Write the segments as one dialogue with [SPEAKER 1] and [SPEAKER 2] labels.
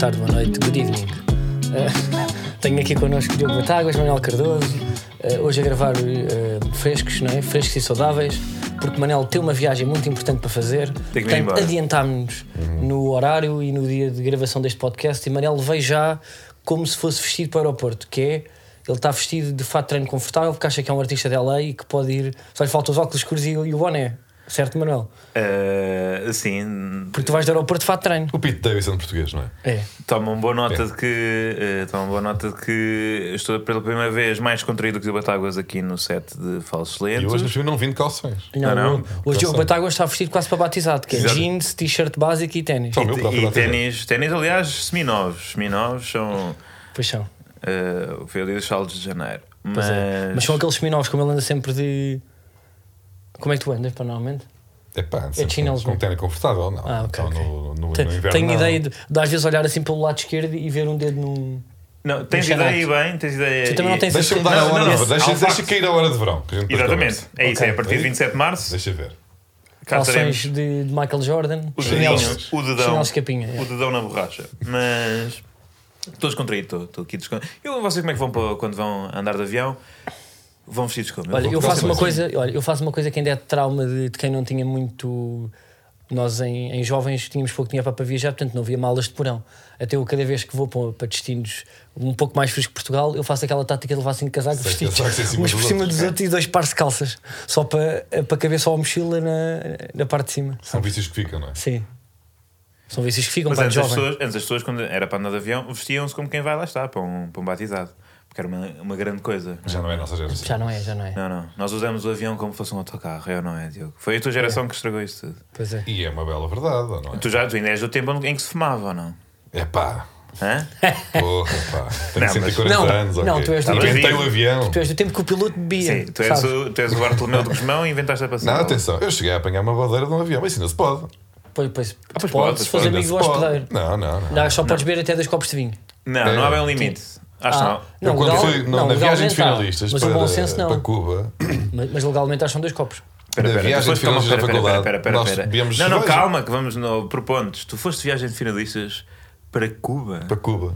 [SPEAKER 1] tarde, boa noite, good evening. Uh, tenho aqui connosco Diogo Batáguas, Manuel Cardoso, uh, hoje a gravar uh, frescos, não é? Frescos e saudáveis, porque Manel tem uma viagem muito importante para fazer.
[SPEAKER 2] Tem que ir
[SPEAKER 1] Portanto,
[SPEAKER 2] embora.
[SPEAKER 1] adiantámos-nos no horário e no dia de gravação deste podcast e Manel veio já como se fosse vestido para o aeroporto, que é. Ele está vestido de fato de treino confortável porque acha que é um artista de LA e que pode ir. Só lhe faltam os óculos escuros e, e o boné. Certo, Manuel?
[SPEAKER 2] Eh, assim,
[SPEAKER 1] Porque tu vais do aeroporto de fato de treino.
[SPEAKER 3] O Pete Davidson de português, não é?
[SPEAKER 1] É.
[SPEAKER 2] tomam boa nota de que eh, tomam boa nota de que estou pela primeira vez mais contraído que o Batáguas aqui no set de Falsos
[SPEAKER 3] E
[SPEAKER 2] Lentos.
[SPEAKER 3] hoje no filme não vim de calções.
[SPEAKER 1] Não,
[SPEAKER 2] Não,
[SPEAKER 1] não.
[SPEAKER 2] não.
[SPEAKER 1] Hoje Diogo
[SPEAKER 3] Calção.
[SPEAKER 1] Batáguas está vestido quase para batizado, que é
[SPEAKER 2] Exato.
[SPEAKER 1] jeans, t-shirt básico e ténis.
[SPEAKER 3] Só o meu próprio
[SPEAKER 2] E, e
[SPEAKER 3] batizado.
[SPEAKER 2] ténis, ténis, aliás, seminovos. Seminovos são.
[SPEAKER 1] Paixão.
[SPEAKER 2] eh, foi ali dos saldos de janeiro. Mas,
[SPEAKER 1] Pois é. Mas são aqueles seminovos, como ele anda sempre de. Como é que tu andas, pá, normalmente?
[SPEAKER 3] Epá, É sempre
[SPEAKER 1] chinelos,
[SPEAKER 3] com
[SPEAKER 1] não?
[SPEAKER 3] ténis confortável, não.
[SPEAKER 1] é Ah, ok,
[SPEAKER 3] Então, No, no- no
[SPEAKER 1] Te-
[SPEAKER 3] inverno,
[SPEAKER 1] Tenho
[SPEAKER 3] não.
[SPEAKER 1] ideia de, de às vezes olhar assim pelo lado esquerdo e ver um dedo num.
[SPEAKER 2] não, tens
[SPEAKER 1] Mas
[SPEAKER 2] ideia aí
[SPEAKER 1] chato.
[SPEAKER 2] bem, tens ideia.
[SPEAKER 1] Tu também não
[SPEAKER 2] e-
[SPEAKER 1] tens-
[SPEAKER 3] Deixa-me dar
[SPEAKER 2] Não,
[SPEAKER 3] a hora.
[SPEAKER 2] não,
[SPEAKER 3] Deixa,
[SPEAKER 2] esse- há
[SPEAKER 3] deixa,
[SPEAKER 2] um facto.
[SPEAKER 3] cair a hora de verão. que a gente depois
[SPEAKER 2] Exatamente,
[SPEAKER 3] conversa.
[SPEAKER 2] é isso,
[SPEAKER 1] Ok.
[SPEAKER 2] é a partir de 27 de março.
[SPEAKER 3] Deixa ver.
[SPEAKER 2] cá
[SPEAKER 1] Calções
[SPEAKER 2] estaremos.
[SPEAKER 1] de, de Michael Jordan.
[SPEAKER 2] O dedão,
[SPEAKER 3] Chinelos.
[SPEAKER 2] o dedão,
[SPEAKER 1] Chinelos de capinha, é.
[SPEAKER 2] o dedão na borracha. Mas estou descontraído, estou- estou aqui descontraído. Eu, vocês como é que vão para- quando vão andar de avião? Vão vestidos como?
[SPEAKER 1] Olha,
[SPEAKER 2] vou
[SPEAKER 1] eu
[SPEAKER 2] para o
[SPEAKER 1] faço uma
[SPEAKER 2] próximo.
[SPEAKER 1] coisa, olha, eu faço uma coisa que ainda é de trauma de, de quem não tinha muito. Nós em, em jovens tínhamos pouco dinheiro para, para viajar, portanto não havia malas de porão. Até eu, cada vez que vou para, para destinos um pouco mais frios que Portugal, eu faço aquela tática de levar cinco casacos
[SPEAKER 3] Seis
[SPEAKER 1] vestidos,
[SPEAKER 3] casacos em cima
[SPEAKER 1] uns
[SPEAKER 3] dos
[SPEAKER 1] por cima
[SPEAKER 3] outros,
[SPEAKER 1] dos outros e dois pares de calças, só para, para caber só a mochila na, na parte de cima.
[SPEAKER 3] São vícios que ficam, não é?
[SPEAKER 1] Sim. São vícios que ficam
[SPEAKER 2] Mas
[SPEAKER 1] para
[SPEAKER 2] antes as,
[SPEAKER 1] jovem.
[SPEAKER 2] pessoas, antes as pessoas, quando era para andar de avião, vestiam-se como quem vai lá estar, para um, para um batizado. Porque era uma, uma grande coisa.
[SPEAKER 3] Já não é a nossa geração.
[SPEAKER 1] Já não é, já não é.
[SPEAKER 2] Não, não. Nós usamos o avião como fosse um autocarro, eu não é, Diogo? Foi a tua geração que estragou isso tudo.
[SPEAKER 1] Pois é.
[SPEAKER 3] E é uma bela verdade, ou não é?
[SPEAKER 2] Tu já tu ainda és do tempo em que se fumava, ou não?
[SPEAKER 3] Epá.
[SPEAKER 2] Hã?
[SPEAKER 3] Porra, pá. Tenho
[SPEAKER 2] Não,
[SPEAKER 3] 140
[SPEAKER 1] mas- Não,
[SPEAKER 3] anos, ok. Tá,
[SPEAKER 1] não, tu és do-
[SPEAKER 3] Inventei
[SPEAKER 2] Tu
[SPEAKER 3] o um avião.
[SPEAKER 1] Tu és do tempo que o piloto bebia.
[SPEAKER 2] Sim, tu és,
[SPEAKER 1] sabes?
[SPEAKER 2] o, tu és o Bartolomeu do Gusmão e inventaste a passar.
[SPEAKER 3] Não, atenção. Eu cheguei a apanhar uma bandeira de um avião. Mas isso ainda se pode.
[SPEAKER 1] Pois, pois,
[SPEAKER 2] Ah, pois
[SPEAKER 1] pode,
[SPEAKER 2] pode,
[SPEAKER 1] se fores
[SPEAKER 3] Ainda
[SPEAKER 1] amigo
[SPEAKER 3] se
[SPEAKER 1] do
[SPEAKER 3] pode.
[SPEAKER 1] hospedeiro.
[SPEAKER 3] Não, não, não.
[SPEAKER 1] Não, só podes beber até dois copos de vinho.
[SPEAKER 2] Não, não há bem um limite. Acho que
[SPEAKER 1] Ah,
[SPEAKER 2] não.
[SPEAKER 3] Eu
[SPEAKER 1] Não,
[SPEAKER 3] quando
[SPEAKER 1] legal-
[SPEAKER 3] fui na-
[SPEAKER 1] não,
[SPEAKER 3] na viagem
[SPEAKER 1] legalmente
[SPEAKER 3] de
[SPEAKER 1] há,
[SPEAKER 3] finalistas
[SPEAKER 1] mas o
[SPEAKER 3] para,
[SPEAKER 1] bom senso não.
[SPEAKER 3] para Cuba,
[SPEAKER 1] Mas, mas legalmente acho que são dois copos.
[SPEAKER 3] Na viagem de finalistas da faculdade, nós bebíamos
[SPEAKER 2] Não, não,
[SPEAKER 3] cerveja.
[SPEAKER 2] calma, que vamos no, por pontos. Tu foste viagem de finalistas para Cuba.
[SPEAKER 3] para Cuba.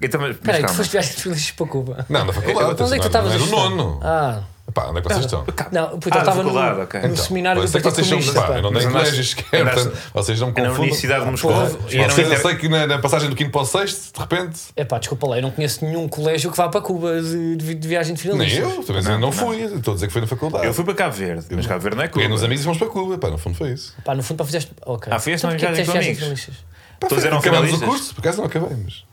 [SPEAKER 2] Então, mas, mas
[SPEAKER 1] Espera aí, tu
[SPEAKER 2] calma.
[SPEAKER 1] foste viagem de felizes para Cuba.
[SPEAKER 3] Não, na faculdade.
[SPEAKER 1] Então onde é que tu
[SPEAKER 3] não era-
[SPEAKER 1] estavas a
[SPEAKER 3] não
[SPEAKER 1] estudar?
[SPEAKER 3] era o nono.
[SPEAKER 1] Ah,
[SPEAKER 3] Pá, onde é que vocês estão?
[SPEAKER 1] não, puto,
[SPEAKER 2] Ah,
[SPEAKER 1] eu estava no,
[SPEAKER 2] faculdade, ok.
[SPEAKER 1] no
[SPEAKER 2] Então,
[SPEAKER 1] seminário do
[SPEAKER 3] Pois é que
[SPEAKER 1] Partido
[SPEAKER 3] vocês são
[SPEAKER 1] Comunista.
[SPEAKER 3] pá, eu
[SPEAKER 1] pá.
[SPEAKER 3] não é tenho
[SPEAKER 2] Mas
[SPEAKER 3] colégio
[SPEAKER 2] andaste-
[SPEAKER 3] esquerdo,
[SPEAKER 2] andaste
[SPEAKER 3] portanto, vocês não me
[SPEAKER 2] na
[SPEAKER 3] confundam.
[SPEAKER 2] Universidade de Moscou.
[SPEAKER 3] Porra,
[SPEAKER 2] E era um
[SPEAKER 3] vocês, eu
[SPEAKER 2] inter-
[SPEAKER 3] sei que na, na passagem do quinto para o sexto, de repente,
[SPEAKER 1] É pá, desculpa lá, eu não conheço nenhum colégio que vá para Cuba de, de- de viagem de
[SPEAKER 3] nem
[SPEAKER 1] finalistas.
[SPEAKER 3] eu, também não, fui, estou a dizer que fui na faculdade.
[SPEAKER 2] Eu fui para Cabo Verde, mas Cabo Verde não é Cuba.
[SPEAKER 3] Peguei nos amigos e fomos para Cuba, pá, no fundo foi isso.
[SPEAKER 1] Pá, no fundo, para fizeste. Ok.
[SPEAKER 2] Ah, fizeste
[SPEAKER 1] Então,
[SPEAKER 2] uma
[SPEAKER 1] porquê que
[SPEAKER 2] viagem com
[SPEAKER 1] fizeste
[SPEAKER 2] amigos?
[SPEAKER 1] finalistas?
[SPEAKER 2] Todos eram
[SPEAKER 3] Acabámos o
[SPEAKER 2] finalistas.
[SPEAKER 3] curso, por acaso não acabámos.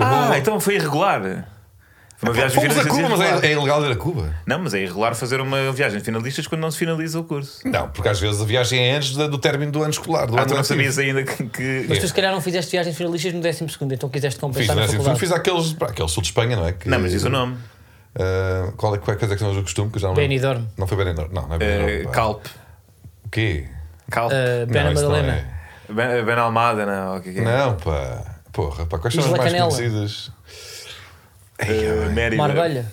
[SPEAKER 2] Ah, então foi irregular. Foi uma viagem de
[SPEAKER 3] Fomos a
[SPEAKER 2] finalistas
[SPEAKER 3] Cuba, mas
[SPEAKER 2] irregular.
[SPEAKER 3] é, é ilegal ir a Cuba.
[SPEAKER 2] Não, mas é irregular fazer uma viagem de finalistas quando não se finaliza o curso.
[SPEAKER 3] Não, porque às vezes a viagem é antes da- do término do ano escolar, do
[SPEAKER 2] Ah,
[SPEAKER 3] ano
[SPEAKER 2] tu não
[SPEAKER 3] letivo.
[SPEAKER 2] sabias ainda que. que-
[SPEAKER 1] Mas tu se calhar não fizeste viagem de finalistas no 12, então quiseste
[SPEAKER 3] Fiz,
[SPEAKER 1] compensar
[SPEAKER 3] não é
[SPEAKER 1] na
[SPEAKER 3] assim, fundo,
[SPEAKER 1] faculdade.
[SPEAKER 3] fiz aqueles, pá, aquele sul de Espanha, não é? Que-
[SPEAKER 2] Não, mas diz o nome.
[SPEAKER 3] Ah, qual é qual é que é que nós o costume? Que eu já não lembro.
[SPEAKER 1] Benidorm.
[SPEAKER 3] Não foi Benidorm, não, não é
[SPEAKER 2] Eh,
[SPEAKER 3] Benidorm. pá.
[SPEAKER 2] Calp.
[SPEAKER 3] O quê?
[SPEAKER 2] Calp.
[SPEAKER 1] Ah,
[SPEAKER 3] Não,
[SPEAKER 1] Pena
[SPEAKER 3] isso não
[SPEAKER 1] Madalena.
[SPEAKER 3] é.
[SPEAKER 2] Ben, Ben Almada, não. O que é que é?
[SPEAKER 3] Não, pá. Porra, pá, quais são as
[SPEAKER 1] Isla
[SPEAKER 3] mais
[SPEAKER 1] Canela.
[SPEAKER 3] conhecidas?
[SPEAKER 2] Eh, Mérida.
[SPEAKER 1] Marbella.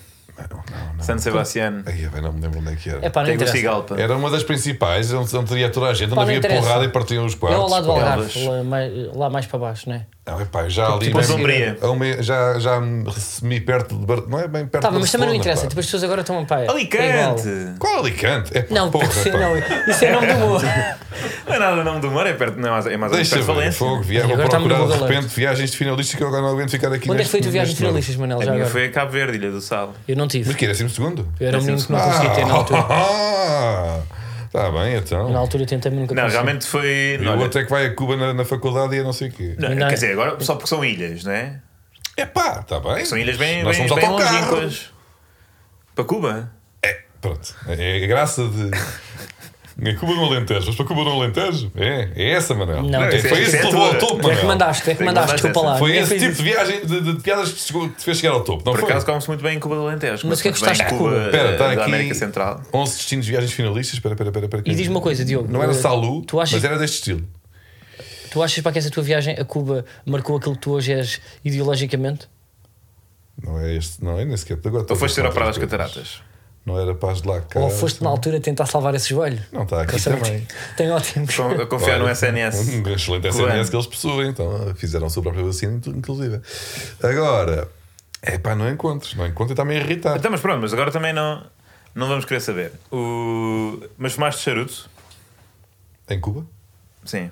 [SPEAKER 2] San Sebastián.
[SPEAKER 3] Ai, bem, não me lembro onde é que era.
[SPEAKER 1] É pá, não interessa.
[SPEAKER 2] Tegucigalpa.
[SPEAKER 3] Era uma das principais, onde, onde teria toda a gente,
[SPEAKER 1] Pá,
[SPEAKER 3] onde
[SPEAKER 1] não
[SPEAKER 3] havia
[SPEAKER 1] interessa.
[SPEAKER 3] porrada e partiam os
[SPEAKER 1] É
[SPEAKER 3] quartos.
[SPEAKER 1] ao lado do
[SPEAKER 3] pá.
[SPEAKER 1] Algarve, lá mais- lá mais para baixo, não é?
[SPEAKER 3] Não, é pá, já ali.
[SPEAKER 1] tipo
[SPEAKER 3] mesmo-
[SPEAKER 2] Sombria.
[SPEAKER 3] a uma- já, já me perto de. Bar- Não é bem perto
[SPEAKER 1] Tá,
[SPEAKER 3] de
[SPEAKER 1] mas também não
[SPEAKER 3] Barcelona,
[SPEAKER 1] interessa,
[SPEAKER 3] pá.
[SPEAKER 1] depois as pessoas agora estão a pá. é igual.
[SPEAKER 2] Alicante!
[SPEAKER 3] Qual Alicante? É pá,
[SPEAKER 1] Não,
[SPEAKER 3] porra,
[SPEAKER 1] isso,
[SPEAKER 3] pá.
[SPEAKER 1] não, isso é nome do humor.
[SPEAKER 2] Não é nada o nome do mar, é perto, não é mais, é mais
[SPEAKER 3] Deixa
[SPEAKER 2] perto
[SPEAKER 3] ver,
[SPEAKER 2] de Valência.
[SPEAKER 3] fogo, vier,
[SPEAKER 1] Olha,
[SPEAKER 3] vou
[SPEAKER 1] agora está-me no
[SPEAKER 3] procurar de
[SPEAKER 1] Google
[SPEAKER 3] repente viagens de finalistas que eu agora não aguento ficar aqui
[SPEAKER 1] Onde é que
[SPEAKER 3] neste-
[SPEAKER 1] foi a tua viagem de
[SPEAKER 3] neste novo.
[SPEAKER 1] finalistas, Manel?
[SPEAKER 2] A
[SPEAKER 1] Já
[SPEAKER 2] minha
[SPEAKER 1] agora?
[SPEAKER 2] foi a Cabo Verde, Ilha do Sal.
[SPEAKER 1] Eu não tive.
[SPEAKER 3] Mas que era décimo segundo?
[SPEAKER 1] Eu era um menino
[SPEAKER 2] Décimo
[SPEAKER 1] que não consegui
[SPEAKER 3] Ah.
[SPEAKER 1] ter na altura.
[SPEAKER 3] Está Ah, bem, então.
[SPEAKER 1] Na altura tentei, mas nunca
[SPEAKER 2] Não,
[SPEAKER 1] consegui.
[SPEAKER 2] realmente foi.
[SPEAKER 3] E o
[SPEAKER 2] olha,
[SPEAKER 3] outro é que vai a Cuba na, na faculdade e a não sei o quê.
[SPEAKER 2] não,
[SPEAKER 1] Não.
[SPEAKER 2] Quer dizer, agora só porque são ilhas, não é?
[SPEAKER 3] É pá, está bem.
[SPEAKER 2] São ilhas bem,
[SPEAKER 3] Nós
[SPEAKER 2] bem,
[SPEAKER 3] somos
[SPEAKER 2] bem
[SPEAKER 3] autocarro.
[SPEAKER 2] longínquas. Para Cuba?
[SPEAKER 3] É, pronto. É a graça de. É Cuba no Alentejo, mas para Cuba no Alentejo? É, é essa, Manel.
[SPEAKER 1] Não,
[SPEAKER 3] é,
[SPEAKER 1] isso
[SPEAKER 2] é-
[SPEAKER 3] foi
[SPEAKER 2] isso
[SPEAKER 3] esse
[SPEAKER 2] é
[SPEAKER 3] que levou
[SPEAKER 2] tua.
[SPEAKER 3] ao topo,
[SPEAKER 1] Tu é que
[SPEAKER 3] Manel.
[SPEAKER 1] mandaste, tu é que
[SPEAKER 2] Tem que
[SPEAKER 1] mandaste,
[SPEAKER 2] mandar
[SPEAKER 1] desculpa lá.
[SPEAKER 3] Foi
[SPEAKER 1] Ninguém
[SPEAKER 3] esse
[SPEAKER 1] é fez
[SPEAKER 3] tipo
[SPEAKER 1] isso.
[SPEAKER 3] de viagem, de, de piadas que chegou- te fez chegar ao topo, não
[SPEAKER 2] Por
[SPEAKER 3] foi?
[SPEAKER 2] acaso come-se muito bem em Cuba do Alentejo.
[SPEAKER 1] Mas o que é que
[SPEAKER 2] come-se
[SPEAKER 1] gostaste de
[SPEAKER 2] bem em
[SPEAKER 1] Cuba?
[SPEAKER 3] Espera, está
[SPEAKER 2] eh, da
[SPEAKER 3] aqui
[SPEAKER 2] América Central.
[SPEAKER 3] 11 destinos de viagens finalistas. Espera, espera, espera. espera
[SPEAKER 1] E diz-me uma coisa, Diogo.
[SPEAKER 3] Não era
[SPEAKER 1] Eh,
[SPEAKER 3] Salu,
[SPEAKER 1] tu achas-
[SPEAKER 3] mas era deste estilo.
[SPEAKER 1] Tu achas para que essa tua viagem a Cuba marcou aquilo que tu hoje és ideologicamente?
[SPEAKER 3] Não é este, não é nem sequer. Agora
[SPEAKER 2] Ou
[SPEAKER 3] estou a
[SPEAKER 2] foste ser
[SPEAKER 3] pensar
[SPEAKER 2] operado às
[SPEAKER 3] noutras coisas.
[SPEAKER 2] cataratas?
[SPEAKER 3] Não era paz de lá cá.
[SPEAKER 1] Ou foste na altura tentar salvar esse joelho?
[SPEAKER 3] Não está aqui
[SPEAKER 1] Conserva-
[SPEAKER 3] também.
[SPEAKER 1] Tem ótimos.
[SPEAKER 2] Com- a Confiar no
[SPEAKER 3] Olha,
[SPEAKER 2] SNS.
[SPEAKER 3] Um excelente
[SPEAKER 2] Claro.
[SPEAKER 3] SNS que eles possuem, então fizeram a sua própria vacina, inclu- inclusive. Agora, é pá, não encontros, não encontro e está-me a irritar.
[SPEAKER 2] Então, mas pronto, mas agora também não, não vamos querer saber. O... Mas fumaste charuto?
[SPEAKER 3] Em Cuba?
[SPEAKER 2] Sim.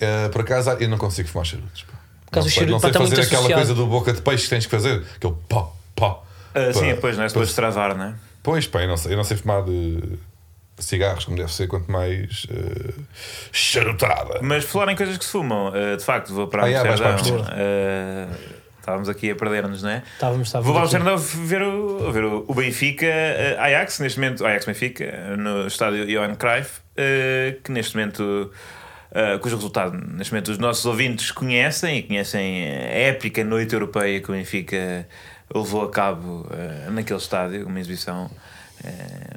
[SPEAKER 3] Eh, por acaso, eu não consigo fumar charutos. pá.
[SPEAKER 1] causa
[SPEAKER 3] não
[SPEAKER 1] do
[SPEAKER 3] sei,
[SPEAKER 1] charuto, pá,
[SPEAKER 3] não sei
[SPEAKER 1] está
[SPEAKER 3] fazer
[SPEAKER 1] muito
[SPEAKER 3] aquela
[SPEAKER 1] associado.
[SPEAKER 3] coisa do boca de peixe que tens que fazer, aquele pá, pá.
[SPEAKER 2] Ah, sim,
[SPEAKER 3] Pá,
[SPEAKER 2] depois, não é?
[SPEAKER 3] pá,
[SPEAKER 2] Depois de travar, não é?
[SPEAKER 3] Pois, pá, eu não sei, eu não sei fumar de cigarros, como deve ser, quanto mais eh, charutada.
[SPEAKER 2] Mas falar em coisas que se fumam, eh, de facto, vou para
[SPEAKER 3] Ah, é, vais para
[SPEAKER 2] Amsterdão. Eh, Estávamos aqui a perder-nos, não é?
[SPEAKER 1] Estávamos, estávamos.
[SPEAKER 2] Vou para
[SPEAKER 1] aqui.
[SPEAKER 2] Amsterdão ver o, ver o, o Benfica eh, Ajax, neste momento, Ajax Benfica, eh, no estádio Johan Cruyff, eh, que neste momento. eh, cujo resultado, neste momento, os nossos ouvintes conhecem e conhecem a épica noite europeia que o Benfica levou a cabo eh, naquele estádio, uma exibição eh,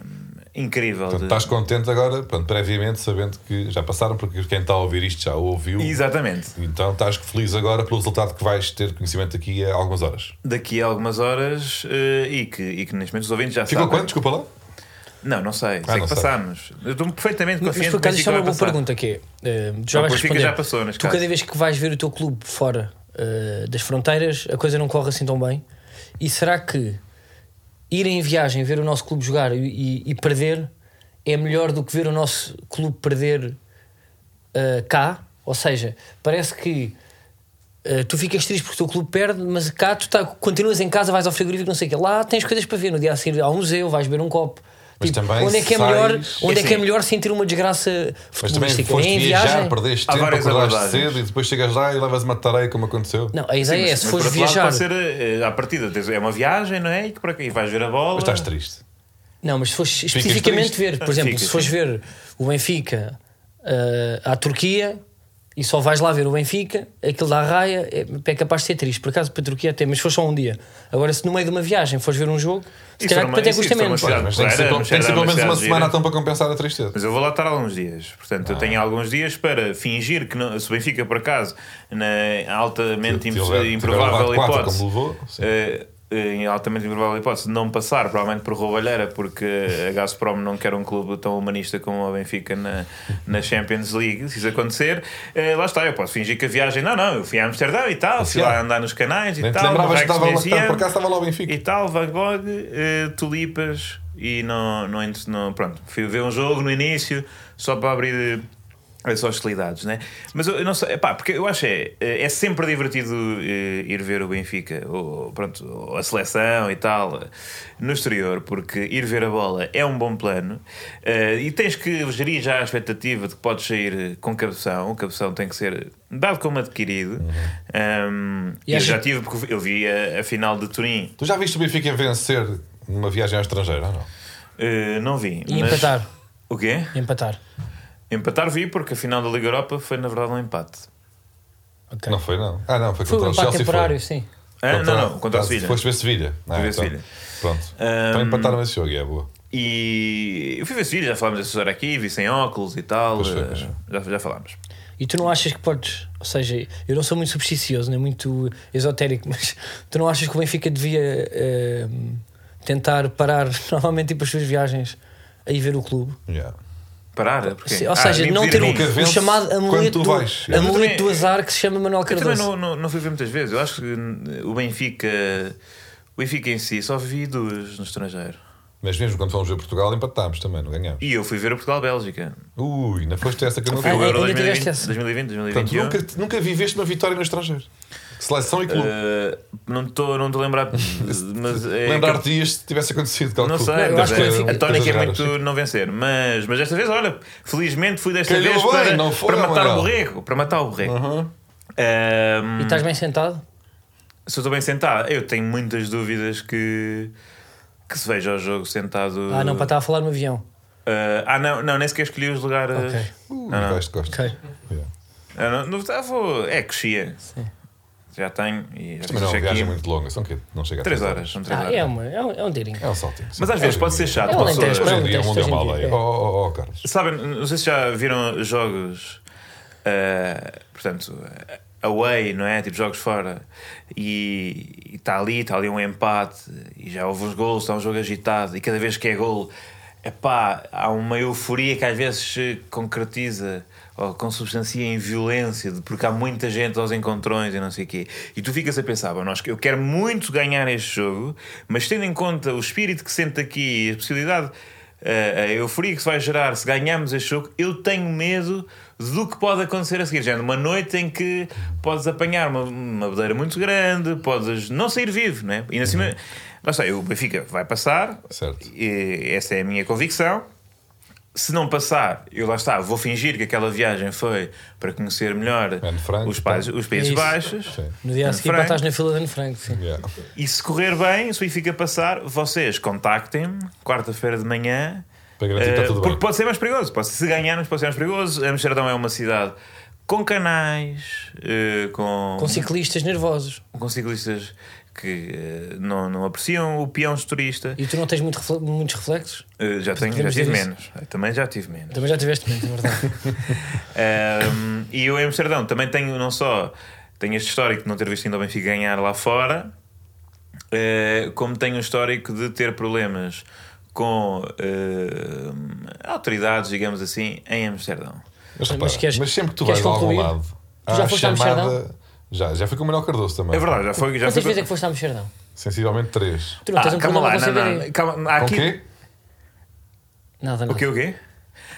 [SPEAKER 2] incrível.
[SPEAKER 3] Portanto,
[SPEAKER 2] de-
[SPEAKER 3] estás contente agora, pronto, previamente, sabendo que já passaram, porque quem está a ouvir isto já o ouviu.
[SPEAKER 2] Exatamente.
[SPEAKER 3] Então estás feliz agora pelo resultado que vais ter conhecimento aqui a algumas horas.
[SPEAKER 2] daqui a algumas horas eh, e, que, e que neste momento os ouvintes já
[SPEAKER 3] Ficou
[SPEAKER 2] sabem.
[SPEAKER 3] quanto? Tá Desculpa lá.
[SPEAKER 2] Não, não sei. sei
[SPEAKER 3] não
[SPEAKER 2] que
[SPEAKER 3] sei.
[SPEAKER 2] passámos. Eu estou perfeitamente
[SPEAKER 1] Mas
[SPEAKER 2] confiante
[SPEAKER 1] por acaso isto é uma
[SPEAKER 2] que vai
[SPEAKER 1] boa
[SPEAKER 2] passar.
[SPEAKER 1] pergunta que é. eh,
[SPEAKER 2] Não,
[SPEAKER 1] já vais
[SPEAKER 2] o Benfica
[SPEAKER 1] responder.
[SPEAKER 2] já passou, neste
[SPEAKER 1] tu
[SPEAKER 2] caso.
[SPEAKER 1] cada vez que vais ver o teu clube fora eh, das fronteiras, a coisa não corre assim tão bem. E será que ir em viagem, ver o nosso clube jogar e, e- e perder é melhor do que ver o nosso clube perder eh, cá? Ou seja, parece que eh, tu ficas triste porque o teu clube perde, mas cá tu tá- continuas em casa, vais ao frigorífico, não sei o quê. Lá tens coisas para ver. No dia a seguir, ao museu, vais beber um copo.
[SPEAKER 3] Mas também
[SPEAKER 1] onde é que é
[SPEAKER 3] sais-
[SPEAKER 1] melhor, onde é que é
[SPEAKER 2] Assim,
[SPEAKER 1] melhor sentir uma desgraça
[SPEAKER 3] Mas também foste
[SPEAKER 1] é em
[SPEAKER 3] viajar,
[SPEAKER 1] viagem.
[SPEAKER 3] perdeste
[SPEAKER 2] Há
[SPEAKER 3] tempo,
[SPEAKER 2] várias
[SPEAKER 3] acordaste
[SPEAKER 2] abordagens.
[SPEAKER 3] cedo e depois chegas lá e levas uma tareia como aconteceu.
[SPEAKER 1] Não, a ideia é,
[SPEAKER 2] Mas,
[SPEAKER 1] se
[SPEAKER 2] mas
[SPEAKER 1] fores
[SPEAKER 2] por outro lado,
[SPEAKER 1] viajar.
[SPEAKER 2] pode ser, eh, à partida, tens- é uma viagem, não é? E, que para, e vais ver a bola.
[SPEAKER 3] Mas estás triste.
[SPEAKER 1] Não, mas se fores especificamente
[SPEAKER 3] triste.
[SPEAKER 1] ver, por exemplo,
[SPEAKER 2] Ficas,
[SPEAKER 1] se fores
[SPEAKER 2] sim.
[SPEAKER 1] ver o Benfica eh, à Turquia e só vais lá ver o Benfica, aquilo da raia é, é capaz de ser triste. Por acaso para a Turquia até, mas foi só um dia. Agora, se no meio de uma viagem fores ver um jogo, se
[SPEAKER 2] Isso
[SPEAKER 1] calhar
[SPEAKER 2] era
[SPEAKER 1] até
[SPEAKER 2] uma- isso-
[SPEAKER 1] custa
[SPEAKER 2] isso era
[SPEAKER 1] menos.
[SPEAKER 2] uma cidade-
[SPEAKER 3] Mas tem que ser,
[SPEAKER 2] Era,
[SPEAKER 3] pelo-
[SPEAKER 2] mas
[SPEAKER 3] tem que ser
[SPEAKER 2] era
[SPEAKER 3] pelo menos
[SPEAKER 2] uma
[SPEAKER 3] uma
[SPEAKER 2] cidade
[SPEAKER 3] semana
[SPEAKER 2] gira.
[SPEAKER 3] então para compensar a tristeza.
[SPEAKER 2] Mas eu vou lá estar alguns dias. Portanto,
[SPEAKER 3] Ah.
[SPEAKER 2] eu tenho alguns dias para fingir que não, se o Benfica, por acaso, na altamente
[SPEAKER 3] Tiver-
[SPEAKER 2] imp-
[SPEAKER 3] tiver
[SPEAKER 2] improvável
[SPEAKER 3] levado quatro,
[SPEAKER 2] hipótese.
[SPEAKER 3] como levou, sim.
[SPEAKER 2] eh, eh, em altamente improvável hipótese de não passar, provavelmente por roubalheira, porque a Gazprom não quer um clube tão humanista como o Benfica na, na Champions League. Se isso acontecer, eh, lá está, eu posso fingir que a viagem. Não, não, eu fui a Amsterdão e tal, fui lá andar nos canais e
[SPEAKER 3] Nem te
[SPEAKER 2] tal.
[SPEAKER 3] lembravas que
[SPEAKER 2] Rex
[SPEAKER 3] estava lá,
[SPEAKER 2] Messiaen
[SPEAKER 3] por acaso estava lá o Benfica.
[SPEAKER 2] e tal, Van Gogh, eh, tulipas e não, não, ent- não- Pronto, fui ver um jogo no início só para abrir eh, as hostilidades, né? Mas eu, eu não sei, epá, porque eu acho é, eh, é sempre divertido eh, ir ver o Benfica, ou pronto, ou a seleção e tal, eh, no exterior, porque ir ver a bola é um bom plano eh, e tens que gerir já a expectativa de que podes sair eh, com cabeção, o cabeção tem que ser dado como adquirido. Ahm,
[SPEAKER 1] E
[SPEAKER 2] e eu
[SPEAKER 1] acho-
[SPEAKER 2] já tive, porque eu vi a- a final de Turim.
[SPEAKER 3] Tu já viste o Benfica vencer numa viagem ao estrangeiro, ou não?
[SPEAKER 2] Uh, não vi.
[SPEAKER 1] E
[SPEAKER 2] mas-
[SPEAKER 1] empatar,
[SPEAKER 2] O quê?
[SPEAKER 1] e empatar.
[SPEAKER 2] Empatar vi porque a final da Liga Europa foi na verdade um empate.
[SPEAKER 1] Ok.
[SPEAKER 3] Não foi, não. Ah, não, foi
[SPEAKER 1] Foi
[SPEAKER 3] contra
[SPEAKER 1] um
[SPEAKER 3] o
[SPEAKER 1] empate
[SPEAKER 3] Chelsea.
[SPEAKER 1] temporário,
[SPEAKER 3] foi.
[SPEAKER 1] sim.
[SPEAKER 2] Ah, não, não, contra o
[SPEAKER 3] tá,
[SPEAKER 2] Sevilha.
[SPEAKER 3] Foste ver Sevilha. Ah,
[SPEAKER 2] ver
[SPEAKER 3] então,
[SPEAKER 2] Sevilha.
[SPEAKER 3] Pronto. Então
[SPEAKER 2] Ahm,
[SPEAKER 3] empataram esse jogo, e é boa.
[SPEAKER 2] E eu fui ver Sevilha, já falámos dessa história aqui, vi sem óculos e tal.
[SPEAKER 3] Pois foi,
[SPEAKER 2] eh,
[SPEAKER 3] pois foi.
[SPEAKER 2] já, já falámos.
[SPEAKER 1] E tu não achas que podes, ou seja, eu não sou muito supersticioso, nem muito esotérico, mas tu não achas que o Benfica devia eh, tentar parar novamente para as suas viagens aí ver o clube?
[SPEAKER 3] Yeah.
[SPEAKER 2] Parar, é porque. Ah,
[SPEAKER 1] Se- ou seja, não ter um o,
[SPEAKER 3] Ah, Nunca
[SPEAKER 1] o
[SPEAKER 3] vence
[SPEAKER 1] chamado
[SPEAKER 3] quando
[SPEAKER 1] amuleto,
[SPEAKER 3] tu
[SPEAKER 1] do,
[SPEAKER 3] vais. Eu
[SPEAKER 1] amuleto
[SPEAKER 2] também-
[SPEAKER 1] do azar que se chama Manuel
[SPEAKER 2] Eu também
[SPEAKER 1] Cardoso.
[SPEAKER 2] não, não, não fui ver muitas vezes. Eu acho que eh, o Benfica. O Benfica em si, só vi duas no estrangeiro.
[SPEAKER 3] Mas mesmo quando fomos ver Portugal, empatámos também, não ganhámos.
[SPEAKER 2] E eu fui ver a Portugal-Bélgica.
[SPEAKER 3] Ui, ainda foste essa que eu não
[SPEAKER 2] Foi
[SPEAKER 1] Ah,
[SPEAKER 2] o
[SPEAKER 1] é,
[SPEAKER 3] fui.
[SPEAKER 2] Euro
[SPEAKER 1] ainda tiveste
[SPEAKER 2] 2020,
[SPEAKER 1] essa.
[SPEAKER 2] 2020, 2021.
[SPEAKER 3] Portanto, nunca, nunca viveste uma vitória no estrangeiro. Seleção e clube.
[SPEAKER 2] Eh, não estou não tô a lembrar, mas é
[SPEAKER 3] Lembrar-te ias se tivesse acontecido.
[SPEAKER 2] Não
[SPEAKER 3] calculo.
[SPEAKER 2] sei,
[SPEAKER 1] eu acho que assim,
[SPEAKER 2] mas
[SPEAKER 1] o
[SPEAKER 2] é-
[SPEAKER 1] Benfica-
[SPEAKER 2] a tónica é
[SPEAKER 3] Coisas
[SPEAKER 2] muito não vencer. Mas, mas desta vez, olha, felizmente fui desta
[SPEAKER 3] Calhou
[SPEAKER 2] vez
[SPEAKER 3] bem,
[SPEAKER 2] para,
[SPEAKER 3] não foi,
[SPEAKER 2] para matar
[SPEAKER 3] Manuel? Uhum.
[SPEAKER 2] o borrego. Para matar o borrego.
[SPEAKER 3] Aham.
[SPEAKER 2] Ahm,
[SPEAKER 1] E estás bem sentado?
[SPEAKER 2] se eu estou bem sentado, eu tenho muitas dúvidas que, que se veja o jogo sentado.
[SPEAKER 1] Ah, não, para estar a falar no avião.
[SPEAKER 2] Ah, ah, não, não, nem sequer escolhi os lugares.
[SPEAKER 1] Ok.
[SPEAKER 3] Ui,
[SPEAKER 2] Ah, não.
[SPEAKER 3] vais de costas.
[SPEAKER 1] Ok.
[SPEAKER 3] Yeah.
[SPEAKER 2] Ah, não, não, ah, vou- é coxia.
[SPEAKER 1] Sim.
[SPEAKER 2] Já tenho. E já
[SPEAKER 3] Também não é uma
[SPEAKER 2] fiz check-in.
[SPEAKER 3] viagem muito longa, são que não chega a
[SPEAKER 2] Três
[SPEAKER 3] três
[SPEAKER 2] horas, são três
[SPEAKER 1] Ah,
[SPEAKER 2] horas.
[SPEAKER 1] é, uma, é, um, é um tirinho.
[SPEAKER 3] É um saltinho. sim.
[SPEAKER 2] Mas às vezes
[SPEAKER 3] É
[SPEAKER 2] pode
[SPEAKER 3] um
[SPEAKER 2] ser
[SPEAKER 1] É
[SPEAKER 2] chato.
[SPEAKER 1] um
[SPEAKER 2] uma pessoa-
[SPEAKER 1] Alentejo,
[SPEAKER 3] Hoje em dia
[SPEAKER 1] Hoje
[SPEAKER 3] o
[SPEAKER 1] em
[SPEAKER 3] mundo é uma
[SPEAKER 1] dia,
[SPEAKER 3] aldeia.
[SPEAKER 1] é.
[SPEAKER 3] Oh, oh, oh, Carlos.
[SPEAKER 2] Sabem, não sei se já viram jogos, ah, portanto, tá away, não é? Tipo jogos fora. E está ali, está ali um empate. E e já houve os golos, está um jogo agitado e cada vez que é golo, epá, há uma euforia que às vezes se concretiza ou consubstancia em violência, de- porque há muita gente aos encontrões e não sei o quê. E tu ficas a pensar, "Bom, nós, eu quero muito ganhar este jogo, mas tendo em conta o espírito que sente aqui e a possibilidade, eh, a euforia que se vai gerar se ganharmos este jogo, eu tenho medo do que pode acontecer a seguir. Já numa noite em que podes apanhar uma, uma bodeira muito grande, podes não sair vivo, né? E na cima, lá está, o Benfica vai passar,
[SPEAKER 3] Uhum. Certo.
[SPEAKER 2] eh, essa é a minha convicção. Se não passar, eu lá está, vou fingir que aquela viagem foi para conhecer melhor
[SPEAKER 3] Anne Frank, então.
[SPEAKER 2] os, pais, os Países
[SPEAKER 1] Isso.
[SPEAKER 2] Baixos.
[SPEAKER 3] Sim.
[SPEAKER 1] No dia a
[SPEAKER 2] Anne
[SPEAKER 1] seguir, pá,
[SPEAKER 2] Frank.
[SPEAKER 1] estás na fila de Anne Frank. Sim.
[SPEAKER 3] Yeah.
[SPEAKER 2] E se correr bem, se o Benfica passar, vocês contactem-me quarta-feira de manhã.
[SPEAKER 3] Para garantir que está
[SPEAKER 2] eh,
[SPEAKER 3] tudo
[SPEAKER 2] porque
[SPEAKER 3] bem.
[SPEAKER 2] pode ser mais perigoso. Pode, se ganharmos, pode ser mais perigoso. Amsterdão é uma cidade com canais, eh, com,
[SPEAKER 1] Com ciclistas nervosos.
[SPEAKER 2] com ciclistas que eh, não, não apreciam o peão turista.
[SPEAKER 1] E tu não tens muito refle- muitos reflexos?
[SPEAKER 2] Eh, já, tenho,
[SPEAKER 1] Podemos
[SPEAKER 2] já tive
[SPEAKER 1] dizer isso.
[SPEAKER 2] menos. Eu também já tive menos.
[SPEAKER 1] Também já tiveste muito, é verdade.
[SPEAKER 2] Um, e eu em Amsterdão também tenho, não só tenho este histórico de não ter visto ainda o Benfica ganhar lá fora, eh, como tenho o histórico de ter problemas com eh, autoridades, digamos assim, em Amsterdão.
[SPEAKER 3] Mas,
[SPEAKER 1] Mas
[SPEAKER 3] repara, mas,
[SPEAKER 1] queres-
[SPEAKER 3] sempre que tu
[SPEAKER 1] queres
[SPEAKER 3] vais a algum
[SPEAKER 1] concluir?
[SPEAKER 3] lado,
[SPEAKER 1] Tu já
[SPEAKER 3] há a
[SPEAKER 1] foste a
[SPEAKER 3] chamada.
[SPEAKER 1] Amsterdão?
[SPEAKER 3] Já, já fui com o Manuel Cardoso também.
[SPEAKER 2] É verdade, já foi. Já
[SPEAKER 1] Quantas
[SPEAKER 2] foi
[SPEAKER 1] vezes é que foste a Amsterdão?
[SPEAKER 3] Sensivelmente três.
[SPEAKER 1] Tu não tens
[SPEAKER 2] Ah,
[SPEAKER 1] um problema
[SPEAKER 2] calma lá,
[SPEAKER 1] com
[SPEAKER 2] não,
[SPEAKER 1] saber.
[SPEAKER 2] não, calma, há
[SPEAKER 3] Com o
[SPEAKER 2] aqui.
[SPEAKER 3] quê?
[SPEAKER 1] Nada, nada.
[SPEAKER 2] O quê, o quê?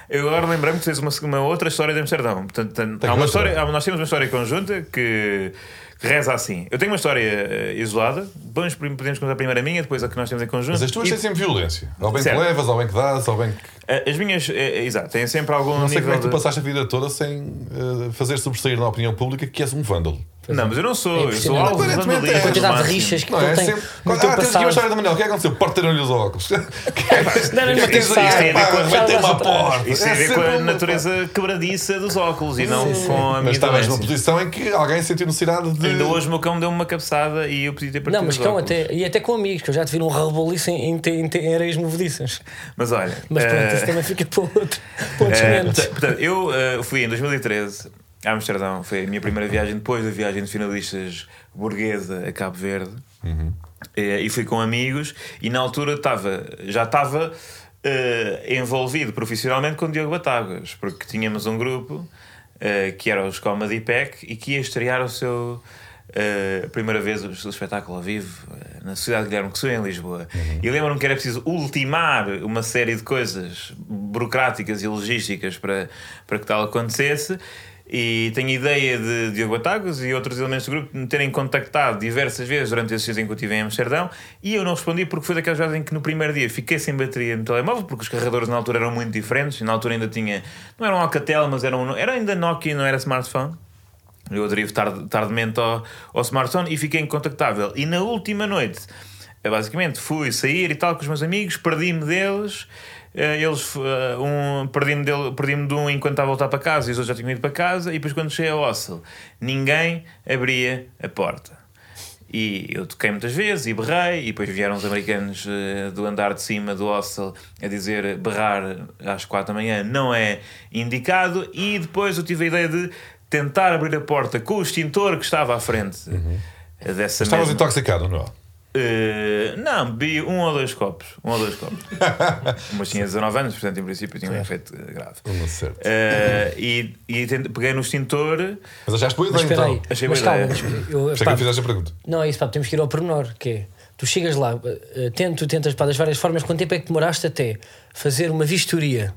[SPEAKER 2] Eu agora lembrei-me que fez uma, uma outra história de Amsterdão. Portanto, tem- há uma
[SPEAKER 3] outra.
[SPEAKER 2] história, há uma- nós temos uma história conjunta que, que reza assim. Eu tenho uma história eh, isolada. Vamos, prim- podemos contar primeiro a minha, depois a que nós temos em conjunto.
[SPEAKER 3] Mas as tuas
[SPEAKER 2] E-
[SPEAKER 3] têm sempre violência. Ao bem que
[SPEAKER 2] Certo.
[SPEAKER 3] levas, ao bem que dás, ao bem que.
[SPEAKER 2] Eh, As minhas, eh, eh, exato, têm sempre algum
[SPEAKER 3] Não sei
[SPEAKER 2] nível
[SPEAKER 3] como é que tu
[SPEAKER 2] de-
[SPEAKER 3] passaste a vida toda sem eh, fazer sobressair na opinião pública que és um vândalo.
[SPEAKER 2] Não, mas eu não sou,
[SPEAKER 1] É
[SPEAKER 2] eu sou
[SPEAKER 1] impressionante.
[SPEAKER 2] alvo de
[SPEAKER 3] Aparentemente
[SPEAKER 2] vandalismo.
[SPEAKER 3] é.
[SPEAKER 1] Quantidade de
[SPEAKER 2] máximo.
[SPEAKER 1] rixas que
[SPEAKER 3] Não,
[SPEAKER 1] tu
[SPEAKER 3] é
[SPEAKER 1] tens
[SPEAKER 3] sempre.
[SPEAKER 1] no
[SPEAKER 3] Ah,
[SPEAKER 1] teu
[SPEAKER 3] tens aqui uma
[SPEAKER 1] passado.
[SPEAKER 3] história do Manuel. O que é que aconteceu? Partiram-lhe os óculos. é
[SPEAKER 1] Não, não, não,
[SPEAKER 3] Tens
[SPEAKER 1] isso tem a ver
[SPEAKER 3] aí, pá,
[SPEAKER 2] com a-
[SPEAKER 3] Metei-me à porta. É
[SPEAKER 2] Isso tem a ver com
[SPEAKER 3] sempre
[SPEAKER 2] a
[SPEAKER 3] uma-
[SPEAKER 2] natureza quebradiça dos óculos e não com a minha
[SPEAKER 3] Mas estavas numa
[SPEAKER 2] doença.
[SPEAKER 3] posição em que alguém sentiu necessidade de.
[SPEAKER 2] Ainda hoje o meu cão deu-me uma cabeçada e eu podia ter partido
[SPEAKER 1] Não, mas
[SPEAKER 2] os
[SPEAKER 1] cão
[SPEAKER 2] óculos.
[SPEAKER 1] até, e até com amigos, que eu já te vi num reboliço em, em, em, em areias movediças.
[SPEAKER 2] Mas olha...
[SPEAKER 1] Mas pronto,
[SPEAKER 2] eh,
[SPEAKER 1] isso também fica para outro, para outros
[SPEAKER 2] eh,
[SPEAKER 1] momentos.
[SPEAKER 2] porta- portanto, eu eh, fui em 2013 a Amsterdão. Foi a minha primeira viagem depois da viagem de finalistas burguesa a Cabo Verde. Eh, e fui com amigos e na altura estava já estava eh, envolvido profissionalmente com o Diogo Batáguas porque tínhamos um grupo eh, que era os Comedy Pack e que ia estrear o seu eh, a primeira vez o seu espetáculo ao vivo eh, na Sociedade Guilherme Cossou em Lisboa e lembro-me que era preciso ultimar uma série de coisas burocráticas e logísticas para, para que tal acontecesse e tenho ideia de Diogo Batagos e outros elementos do grupo me terem contactado diversas vezes durante esses dias em que eu estive em Amsterdão e eu não respondi porque foi daquelas vezes em que no primeiro dia fiquei sem bateria no telemóvel porque os carregadores na altura eram muito diferentes. e Na altura ainda tinha. Não era um Alcatel, mas era, um, era ainda Nokia, não era smartphone. Eu aderivo tarde, tardemente ao, ao smartphone e fiquei incontactável. E na última noite, eh, basicamente, fui sair e tal com os meus amigos, perdi-me deles. eh, Eles, eh, um, perdi-me, dele, perdi-me de um enquanto estava a voltar para casa e os outros já tinham ido para casa. E depois, quando cheguei ao hostel, ninguém abria a porta. E eu toquei muitas vezes e berrei, e depois vieram os americanos eh, do andar de cima do hostel a dizer berrar às quatro da manhã não é indicado. E depois eu tive a ideia de tentar abrir a porta com o extintor que estava à frente dessa
[SPEAKER 3] Estavas
[SPEAKER 2] mesma-
[SPEAKER 3] intoxicado, não é?
[SPEAKER 2] Eh, não, bebi um ou dois copos. Um ou dois copos. Mas tinha 19 anos, portanto, em princípio, tinha um efeito eh, grave.
[SPEAKER 3] Não, certo.
[SPEAKER 2] Eh, e e tente- peguei no extintor.
[SPEAKER 3] Mas achaste boa
[SPEAKER 1] Mas
[SPEAKER 3] ideia
[SPEAKER 1] espera
[SPEAKER 3] então.
[SPEAKER 1] aí,
[SPEAKER 3] Por
[SPEAKER 2] achei
[SPEAKER 1] mas
[SPEAKER 2] boa
[SPEAKER 1] calma,
[SPEAKER 2] ideia.
[SPEAKER 1] mas eu-
[SPEAKER 3] isso é que
[SPEAKER 1] pá,
[SPEAKER 3] eu fiz esta pergunta.
[SPEAKER 1] não é isso, pá, temos que ir ao pormenor, que é, tu chegas lá, eh, eh, tento, tentas pá, das várias formas, quanto tempo é que demoraste até fazer uma vistoria,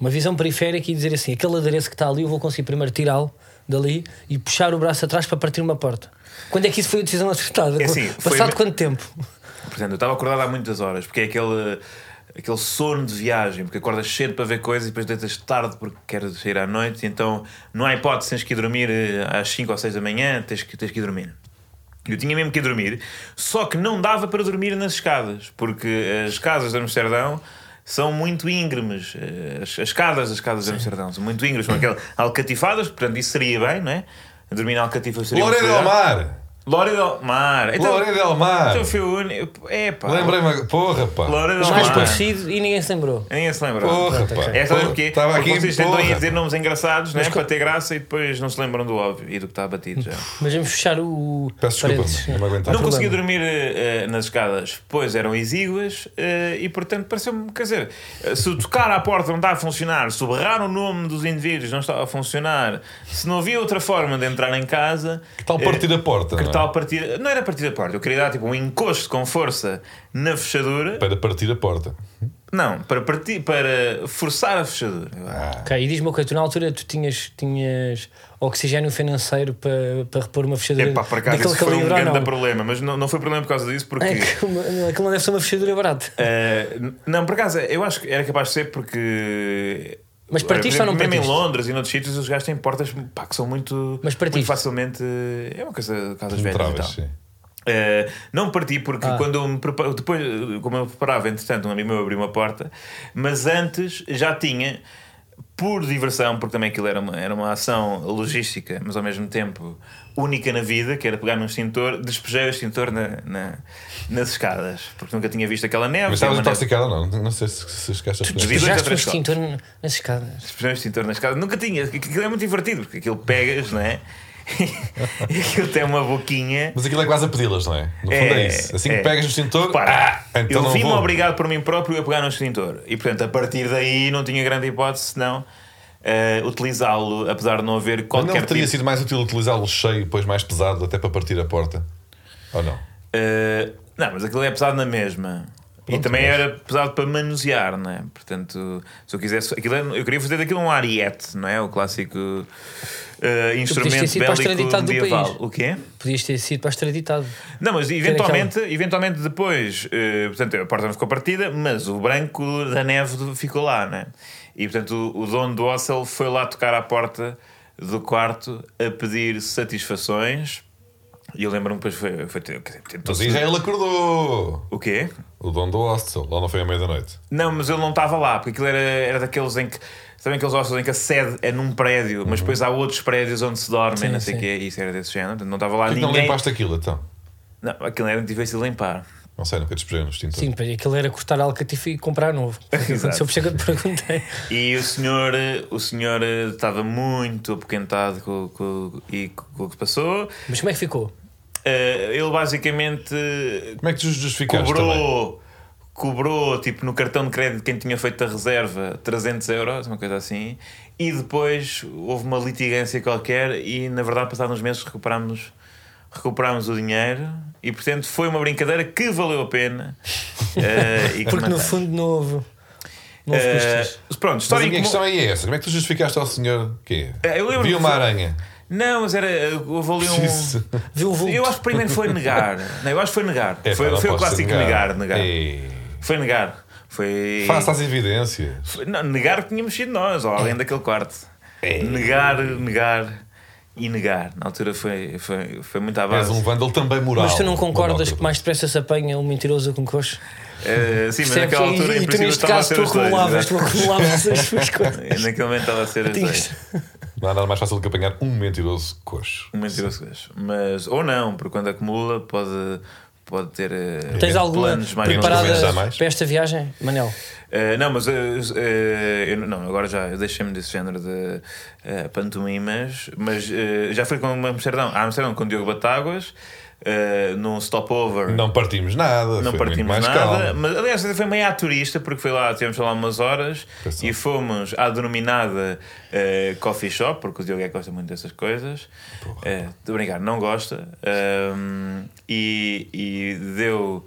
[SPEAKER 1] uma visão periférica e dizer assim, aquele adereço que está ali, eu vou conseguir primeiro tirá-lo dali e puxar o braço atrás para partir uma porta. Quando é que isso foi a decisão acertada?
[SPEAKER 2] É assim, foi
[SPEAKER 1] Passado
[SPEAKER 2] me-
[SPEAKER 1] quanto tempo?
[SPEAKER 2] Portanto, eu estava acordado há muitas horas, porque é aquele, aquele sono de viagem, porque acordas cedo para ver coisas e depois deitas tarde porque queres sair à noite, então não há hipótese, tens que ir dormir eh, às 5 ou 6 da manhã, tens que, tens que ir dormir. Eu tinha mesmo que ir dormir, só que não dava para dormir nas escadas, porque as casas de Amsterdão são muito íngremes. eh, As, as escadas das casas de Amsterdão são muito íngremes, são aquelas alcatifadas, portanto isso seria bem, não é? Dormir na alcatifa seria uma
[SPEAKER 3] Loureiro
[SPEAKER 2] possibilidade.
[SPEAKER 3] Omar!
[SPEAKER 2] Lória del Mar. Então,
[SPEAKER 3] Glória Del Mar.
[SPEAKER 2] então foi o único. É pá.
[SPEAKER 3] Lembrei-me. agora- Porra, pá.
[SPEAKER 2] Lória del
[SPEAKER 1] Mais
[SPEAKER 2] Mar.
[SPEAKER 1] parecido e ninguém se lembrou.
[SPEAKER 2] Ninguém se lembra.
[SPEAKER 3] Porra,
[SPEAKER 1] Pronto,
[SPEAKER 3] pá.
[SPEAKER 1] ok.
[SPEAKER 2] É só
[SPEAKER 3] Porra,
[SPEAKER 2] porque,
[SPEAKER 3] Estava
[SPEAKER 2] porque
[SPEAKER 3] aqui
[SPEAKER 2] vocês tentam ir
[SPEAKER 3] porra.
[SPEAKER 2] dizer nomes engraçados né,
[SPEAKER 1] Mas co-
[SPEAKER 2] para ter graça e depois não se lembram do óbvio e do que está batido já.
[SPEAKER 1] Mas vamos fechar o.
[SPEAKER 3] Peço desculpa,
[SPEAKER 1] parênteses.
[SPEAKER 3] não me
[SPEAKER 1] Há
[SPEAKER 3] aguentava.
[SPEAKER 2] Não
[SPEAKER 1] tá problema.
[SPEAKER 2] consegui dormir eh, eh, nas escadas, pois eram exíguas eh, e portanto pareceu-me, quer dizer, eh, se o tocar à porta não está a funcionar, se o berrar o nome dos indivíduos não está a funcionar, se não havia outra forma de entrar em casa.
[SPEAKER 3] Que tal
[SPEAKER 2] eh,
[SPEAKER 3] partir a porta?
[SPEAKER 2] que
[SPEAKER 3] não é?
[SPEAKER 2] tal partir- Não era partir a porta, eu queria dar tipo um encosto com força na fechadura.
[SPEAKER 3] Para partir a porta.
[SPEAKER 2] Não, para, partir, para forçar a fechadura.
[SPEAKER 1] Ok, e diz-me uma coisa, tu na altura tu tinhas, tinhas oxigênio financeiro para, para repor uma fechadura
[SPEAKER 2] Epá, por acaso
[SPEAKER 1] daquele
[SPEAKER 2] isso foi um
[SPEAKER 1] calibre ou
[SPEAKER 2] grande
[SPEAKER 1] não?
[SPEAKER 2] problema, mas não, não foi problema por causa disso, porque.
[SPEAKER 1] É que uma- Aquilo não deve ser uma fechadura barata.
[SPEAKER 2] eh, n- não, por acaso, eu acho que era capaz de ser porque.
[SPEAKER 1] Mas partiste
[SPEAKER 2] Olha,
[SPEAKER 1] ou não
[SPEAKER 2] Mesmo
[SPEAKER 1] partiste?
[SPEAKER 2] em Londres e noutros sítios, os gajos têm portas pá, que são muito.
[SPEAKER 1] Mas partiste?
[SPEAKER 2] muito facilmente. É uma coisa. Casas velhas e
[SPEAKER 3] Entravas,
[SPEAKER 2] tal.
[SPEAKER 3] sim.
[SPEAKER 2] Uh, não parti porque
[SPEAKER 1] Ah.
[SPEAKER 2] quando eu me preparo, depois, uh, como eu me preparava, entretanto, um amigo meu abriu uma porta, mas antes já tinha, por diversão, porque também aquilo era uma, era uma ação logística, mas ao mesmo tempo única na vida, que era pegar num extintor, despejei o extintor na, na- nas escadas, porque nunca tinha visto aquela neve.
[SPEAKER 3] Mas
[SPEAKER 2] tinha
[SPEAKER 3] estavas
[SPEAKER 2] uma neve-
[SPEAKER 3] intoxicado ou não? Não sei se, se chegaste a
[SPEAKER 2] desvi-
[SPEAKER 3] referência.
[SPEAKER 1] Despejaste um
[SPEAKER 2] três só.
[SPEAKER 1] extintor nas escadas.
[SPEAKER 2] Despejei o extintor nas escadas, nunca tinha, aquilo é muito divertido, porque aquilo pegas, não é? e aquilo tem uma boquinha.
[SPEAKER 3] Mas aquilo é quase a pedi-las, não é? No fundo é, isso. Assim
[SPEAKER 2] é.
[SPEAKER 3] que pegas no extintor,
[SPEAKER 2] Repara,
[SPEAKER 3] ah, então
[SPEAKER 2] eu
[SPEAKER 3] não
[SPEAKER 2] vim-me
[SPEAKER 3] vou.
[SPEAKER 2] obrigado por mim próprio a pegar no extintor. E portanto, a partir daí não tinha grande hipótese senão eh, utilizá-lo, apesar de não haver
[SPEAKER 3] Mas não
[SPEAKER 2] qualquer
[SPEAKER 3] teria
[SPEAKER 2] tipo-
[SPEAKER 3] sido mais útil utilizá-lo cheio, depois mais pesado, até para partir a porta? Ou não?
[SPEAKER 2] Eh, não, mas aquilo é pesado na mesma. e
[SPEAKER 3] Pronto,
[SPEAKER 2] também
[SPEAKER 3] mas-
[SPEAKER 2] era pesado para manusear, não é? Portanto, se eu quisesse. Aquilo, era- eu queria fazer daquilo um ariete, não é? O clássico eh,
[SPEAKER 1] ter
[SPEAKER 2] instrumento
[SPEAKER 1] sido para
[SPEAKER 2] bélico
[SPEAKER 1] extraditado do
[SPEAKER 2] medieval.
[SPEAKER 1] país.
[SPEAKER 2] O quê?
[SPEAKER 1] Podias ter sido para extraditado.
[SPEAKER 2] Não, mas eventualmente, eventualmente depois, eh, portanto, a porta não ficou partida, mas o branco da neve do- ficou lá, né? E portanto, o, o dono do Ossel foi lá tocar à porta do quarto a pedir satisfações. E eu lembro-me depois foi, foi ter- quer dizer, tentou-
[SPEAKER 3] Mas aí já ele acordou!
[SPEAKER 2] o quê?
[SPEAKER 3] O dono do hostel, lá não foi à meia-noite.
[SPEAKER 2] Não, mas ele não estava lá, porque aquilo era, era daqueles em que. Sabem aqueles hostels em que a sede é num prédio, mas
[SPEAKER 3] Uhum.
[SPEAKER 2] depois há outros prédios onde se dorme,
[SPEAKER 1] Sim,
[SPEAKER 2] não sei o
[SPEAKER 1] sim.
[SPEAKER 2] quê, e isso era desse género, portanto, não estava lá
[SPEAKER 3] Por que não
[SPEAKER 2] ninguém.
[SPEAKER 3] limpaste aquilo então?
[SPEAKER 2] Não, aquilo era difícil de limpar.
[SPEAKER 3] Não sei, nunca despejei no extintor.
[SPEAKER 1] Sim, para aquilo era cortar a alcatifa e comprar novo. Aconteceu
[SPEAKER 2] Exato.
[SPEAKER 1] por isso que eu te perguntei.
[SPEAKER 2] E o senhor, eh, o senhor eh, estava muito apoquentado com, com- e com, com o que passou.
[SPEAKER 1] Mas como é que ficou?
[SPEAKER 2] Eh, ele basicamente eh,
[SPEAKER 3] Como é que tu justificaste também?
[SPEAKER 2] cobrou, cobrou, tipo, no cartão de crédito de quem tinha feito a reserva, 300 euros, uma coisa assim. E depois houve uma litigância qualquer e, na verdade, passados uns meses recuperámos, recuperámos o dinheiro. E, portanto, foi uma brincadeira que valeu a pena. Eh, e que
[SPEAKER 1] Porque no
[SPEAKER 2] mantém.
[SPEAKER 1] fundo não houve. Não houve
[SPEAKER 2] Eh,
[SPEAKER 1] custas.
[SPEAKER 2] pronto,
[SPEAKER 3] Mas
[SPEAKER 2] história
[SPEAKER 3] a
[SPEAKER 2] em
[SPEAKER 3] minha
[SPEAKER 2] comum-
[SPEAKER 3] questão é essa. Como é que tu justificaste ao senhor que
[SPEAKER 2] É, eu lembro-
[SPEAKER 3] Viu uma aranha.
[SPEAKER 2] Não, mas era. Houve ali um.
[SPEAKER 3] Isso.
[SPEAKER 1] Viu o vulto.
[SPEAKER 2] Eu acho que primeiro foi negar. Não, eu acho que foi negar.
[SPEAKER 3] É, pá,
[SPEAKER 2] foi
[SPEAKER 3] não
[SPEAKER 2] foi o
[SPEAKER 3] posso É.
[SPEAKER 2] clássico negar, negar.
[SPEAKER 3] Ei,
[SPEAKER 2] Foi negar. Foi.
[SPEAKER 3] Faça as evidências.
[SPEAKER 2] Foi- não, negar que tínhamos sido nós, ou alguém daquele quarto. Negar, negar e negar. Na altura foi, foi, foi muito à
[SPEAKER 3] És
[SPEAKER 2] base. Eh,
[SPEAKER 3] um vândalo também moral.
[SPEAKER 1] Mas tu não concordas
[SPEAKER 3] Monóculo.
[SPEAKER 1] que mais depressa se apanha um mentiroso com coxo?
[SPEAKER 2] Eh, sim, mas
[SPEAKER 1] Percebes? é
[SPEAKER 2] naquela altura,
[SPEAKER 1] E-
[SPEAKER 2] em
[SPEAKER 1] e tu
[SPEAKER 2] princípio,
[SPEAKER 1] neste
[SPEAKER 2] estava a
[SPEAKER 1] caso
[SPEAKER 2] ser
[SPEAKER 1] tu
[SPEAKER 2] os dois.
[SPEAKER 1] acumulavas, tu
[SPEAKER 2] exato.
[SPEAKER 1] acumulavas as suas coisas.
[SPEAKER 2] Naquele momento estava a ser as
[SPEAKER 1] Tinhas-
[SPEAKER 2] dois.
[SPEAKER 3] Não há nada mais fácil do que apanhar um mentiroso coxo.
[SPEAKER 2] Um mentiroso gajo. Mas, ou não, porque quando acumula pode, pode ter eh,
[SPEAKER 1] Tens alguma
[SPEAKER 2] planos mais
[SPEAKER 3] Podemos
[SPEAKER 1] preparada
[SPEAKER 3] começar mais?
[SPEAKER 1] para esta viagem, Manel?
[SPEAKER 2] Uh, não, mas uh, uh, eu não- não, agora já eu deixei-me desse género de uh, pantomimas, mas uh, já fui com uma Amsterdão, a Amsterdão com o Diogo Batáguas, uh, num stopover.
[SPEAKER 3] Não partimos nada.
[SPEAKER 2] Não
[SPEAKER 3] foi muito
[SPEAKER 2] partimos
[SPEAKER 3] mais
[SPEAKER 2] nada,
[SPEAKER 3] calmo.
[SPEAKER 2] mas aliás foi meio à turista, porque foi lá, tivemos lá umas horas
[SPEAKER 3] Pois
[SPEAKER 2] e fomos à denominada uh, coffee shop, porque o Diogo é que gosta muito dessas coisas. Uh, de brincar, não gosta. Um, e, e deu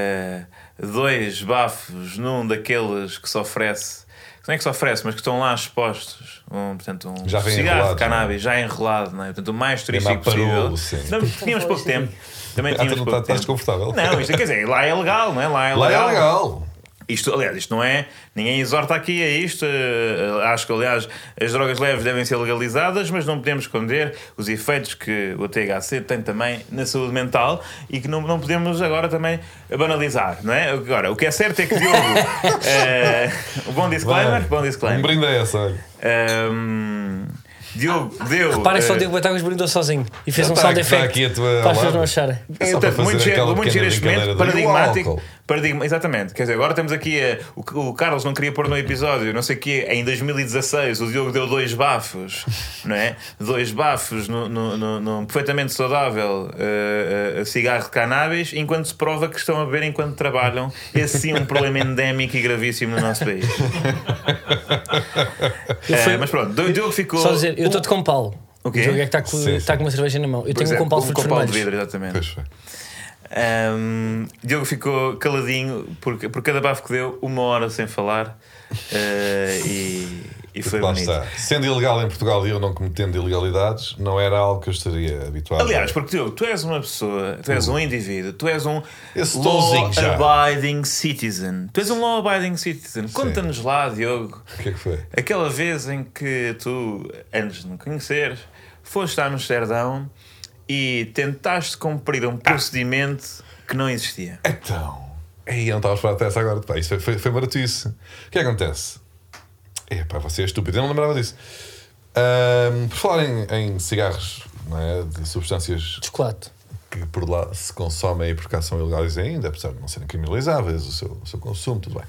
[SPEAKER 2] uh, dois bafos num daqueles que se oferece. que Não é que se oferece, mas que estão lá expostos. Um, portanto, um
[SPEAKER 3] Já vem
[SPEAKER 2] cigarro
[SPEAKER 3] enrolado,
[SPEAKER 2] de cannabis já enrolado, não é? portanto, o mais turístico
[SPEAKER 3] é? à parou,
[SPEAKER 2] possível.
[SPEAKER 3] sim.
[SPEAKER 2] Não, tínhamos pouco tempo. Também
[SPEAKER 3] Ah,
[SPEAKER 2] tínhamos
[SPEAKER 3] tu não
[SPEAKER 2] pouco
[SPEAKER 3] estás
[SPEAKER 2] tempo.
[SPEAKER 3] desconfortável.
[SPEAKER 2] Não, isto quer dizer, lá é legal, não é? Lá é
[SPEAKER 3] Lá
[SPEAKER 2] legal.
[SPEAKER 3] é legal.
[SPEAKER 2] Isto, aliás, isto não é. Ninguém exorta aqui a isto. eh, Acho que, aliás, as drogas leves devem ser legalizadas, mas não podemos esconder os efeitos que o THC tem também na saúde mental e que não, não podemos agora também banalizar, não é? Agora, o que é certo é que Diogo. eh, bom disclaimer,
[SPEAKER 3] Vai.
[SPEAKER 2] bom
[SPEAKER 3] Um
[SPEAKER 2] disclaimer.
[SPEAKER 3] brinde a essa, olha.
[SPEAKER 2] Ahm, Diogo, deu.
[SPEAKER 1] Parem só,
[SPEAKER 2] eh,
[SPEAKER 1] o Diego Batagas brindou sozinho e fez um
[SPEAKER 2] tá,
[SPEAKER 3] Está-
[SPEAKER 1] sound
[SPEAKER 3] está
[SPEAKER 1] effect.
[SPEAKER 3] aqui a
[SPEAKER 1] Para
[SPEAKER 3] tua
[SPEAKER 1] as pessoas
[SPEAKER 3] alarme.
[SPEAKER 1] não acharem.
[SPEAKER 3] É só
[SPEAKER 2] Então,
[SPEAKER 3] para fazer
[SPEAKER 2] muito giro,
[SPEAKER 3] aquela
[SPEAKER 2] muito giro
[SPEAKER 3] pequena
[SPEAKER 2] este
[SPEAKER 3] brincadeira
[SPEAKER 2] momento,
[SPEAKER 3] do- E o
[SPEAKER 2] paradigmático.
[SPEAKER 3] álcool?
[SPEAKER 2] Paradigma, exatamente, quer dizer, agora temos aqui eh, o, que o Carlos não queria pôr no episódio, não sei o quê, em 2016 o Diogo deu dois bafos, não é? Dois bafos no, no- no- no perfeitamente saudável eh, eh, cigarro de cannabis, enquanto se prova que estão a beber enquanto trabalham. Esse sim é um problema endémico e gravíssimo no nosso país.
[SPEAKER 1] Eu
[SPEAKER 2] Eh,
[SPEAKER 1] fui-
[SPEAKER 2] mas pronto, o Diogo ficou.
[SPEAKER 1] Só dizer, eu
[SPEAKER 2] um-
[SPEAKER 1] estou de compal.
[SPEAKER 2] O quê?
[SPEAKER 1] O Diogo é que está
[SPEAKER 3] Sim,
[SPEAKER 1] com,
[SPEAKER 3] sim.
[SPEAKER 1] tá com uma cerveja na mão. Eu tenho
[SPEAKER 2] Pois é,
[SPEAKER 1] um compal de
[SPEAKER 2] um
[SPEAKER 1] frutos
[SPEAKER 2] compal de
[SPEAKER 1] vermelhos.
[SPEAKER 2] vidro, exatamente.
[SPEAKER 3] Pois foi.
[SPEAKER 2] Um, Diogo ficou caladinho por, por cada bafo que deu, uma hora sem falar eh, e, e foi
[SPEAKER 3] Lá
[SPEAKER 2] bonito.
[SPEAKER 3] está. Sendo ilegal em Portugal e eu não cometendo ilegalidades, não era algo que eu estaria habituado.
[SPEAKER 2] Aliás, porque Diogo, tu és uma pessoa, tu és um
[SPEAKER 3] Hum.
[SPEAKER 2] indivíduo, tu és um
[SPEAKER 3] Esse tonzinho já.
[SPEAKER 2] law-abiding citizen. Tu és um law-abiding citizen. Conta-nos lá, Diogo,
[SPEAKER 3] O que é que foi?
[SPEAKER 2] aquela vez em que tu, antes de me conhecer, foste a Amsterdão e tentaste cumprir um procedimento que não existia.
[SPEAKER 3] Então, aí eu não estava a esperar até essa agora. Pá, isso foi, foi, foi maratice. O que é que acontece? É pá, você é estúpido, eu não lembrava disso. Ahm, por falar em, em cigarros, não é? de substâncias
[SPEAKER 1] De chocolate.
[SPEAKER 3] que por lá se consomem e por cá são ilegais ainda, apesar de não serem criminalizáveis o seu, o seu consumo, tudo bem.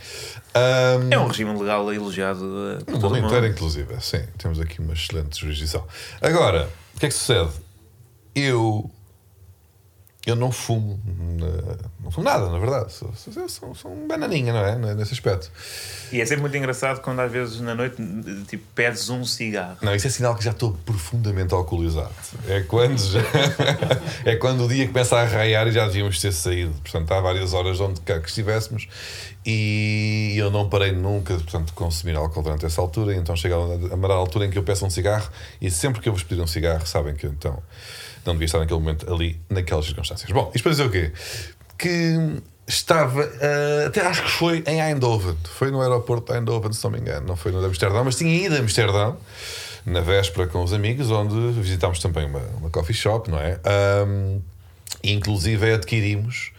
[SPEAKER 3] Ahm,
[SPEAKER 2] É um regime legal elogiado eh, por
[SPEAKER 3] No
[SPEAKER 2] todo
[SPEAKER 3] mundo
[SPEAKER 2] o
[SPEAKER 3] inteiro,
[SPEAKER 2] mundo.
[SPEAKER 3] inclusive. Sim, temos aqui uma excelente jurisdição. Agora, o que é que sucede? Eu. Eu não fumo. eh, Não fumo nada, na verdade. Sou, sou, sou- sou um bananinha, não é? N- Nesse aspecto.
[SPEAKER 2] E é sempre muito engraçado quando às vezes na noite tipo, pedes um cigarro.
[SPEAKER 3] Não, isso é sinal que já estou profundamente alcoolizado. É quando, já- é quando o dia começa a raiar e já devíamos ter saído. Portanto, há várias horas de onde cá que estivéssemos e eu não parei nunca portanto, de consumir álcool durante essa altura. Então chega a uma altura em que eu peço um cigarro e sempre que eu vos pedir um cigarro, sabem que eu, então não devia estar naquele momento ali, naquelas circunstâncias. Bom, isto para dizer o quê? Que estava, eh, até acho que foi em Eindhoven, foi no aeroporto de Eindhoven, se não me engano, não foi no de Amsterdão, mas tinha ido a Amsterdão na véspera com os amigos, onde visitámos também uma, uma coffee shop, não é? Ahm, e inclusive adquirimos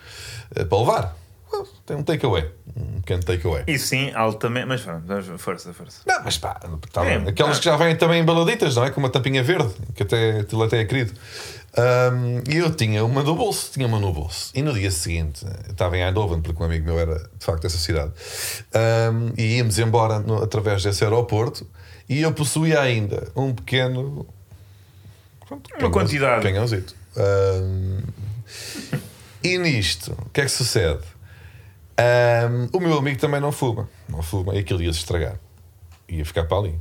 [SPEAKER 3] eh, para levar. Well, Tem um takeaway, um pequeno takeaway.
[SPEAKER 2] E sim, altamente. Mas pronto, vamos- força, força.
[SPEAKER 3] Não, mas pá, tá
[SPEAKER 2] É,
[SPEAKER 3] bem. aquelas
[SPEAKER 2] pá.
[SPEAKER 3] que já vêm também embaladitas, não é? Com uma tampinha verde, que até, aquilo até é querido. Ahm, E eu tinha uma no bolso, tinha uma no bolso. E no dia seguinte, eu estava em Eindhoven, porque um amigo meu era de facto dessa cidade, Ahm, e íamos embora no- através desse aeroporto, e eu possuía ainda um pequeno. pronto,
[SPEAKER 2] Uma quantidade.
[SPEAKER 3] Penhãozito. Ahm, e nisto, o que é que sucede? Ahm, o meu amigo também não fuma, não fuma, e aquilo ia se estragar ia ficar para ali.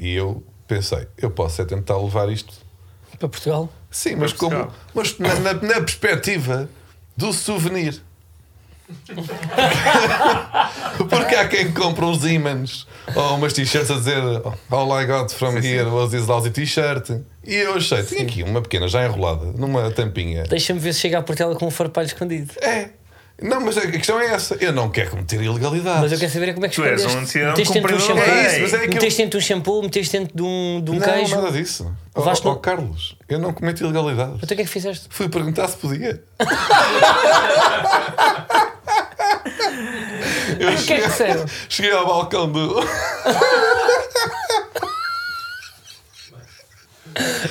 [SPEAKER 3] E eu pensei, eu posso é tentar levar isto.
[SPEAKER 1] Para Portugal.
[SPEAKER 3] Sim, mas
[SPEAKER 2] Para
[SPEAKER 3] como? Mas na, na- na perspectiva do souvenir. Porque há quem compra uns ímãs ou umas t-shirts a dizer All I got from here was this lousy t-shirt. E eu achei, tinha aqui uma pequena já enrolada numa tampinha.
[SPEAKER 1] Deixa-me ver se chega à Portela com um farpalho escondido.
[SPEAKER 3] É. Não, mas a questão é essa. Eu não quero cometer ilegalidade.
[SPEAKER 1] Mas eu quero saber é como é que
[SPEAKER 2] Tu és
[SPEAKER 1] escondeste.
[SPEAKER 2] um cidadão
[SPEAKER 1] meteste dentro de um
[SPEAKER 2] cumpridor da
[SPEAKER 1] shampoo.
[SPEAKER 2] lei. É isso,
[SPEAKER 3] mas é que eu-
[SPEAKER 1] meteste dentro de um shampoo, meteste dentro de um, de um
[SPEAKER 3] não,
[SPEAKER 1] queijo.
[SPEAKER 3] nada disso. Ó
[SPEAKER 1] Levaste
[SPEAKER 3] ó,
[SPEAKER 1] no-
[SPEAKER 3] Carlos, eu não cometo ilegalidade.
[SPEAKER 1] Então o que é que fizeste?
[SPEAKER 3] Fui perguntar se podia. Eu
[SPEAKER 1] O que é que disseram?
[SPEAKER 3] cheguei ao balcão do.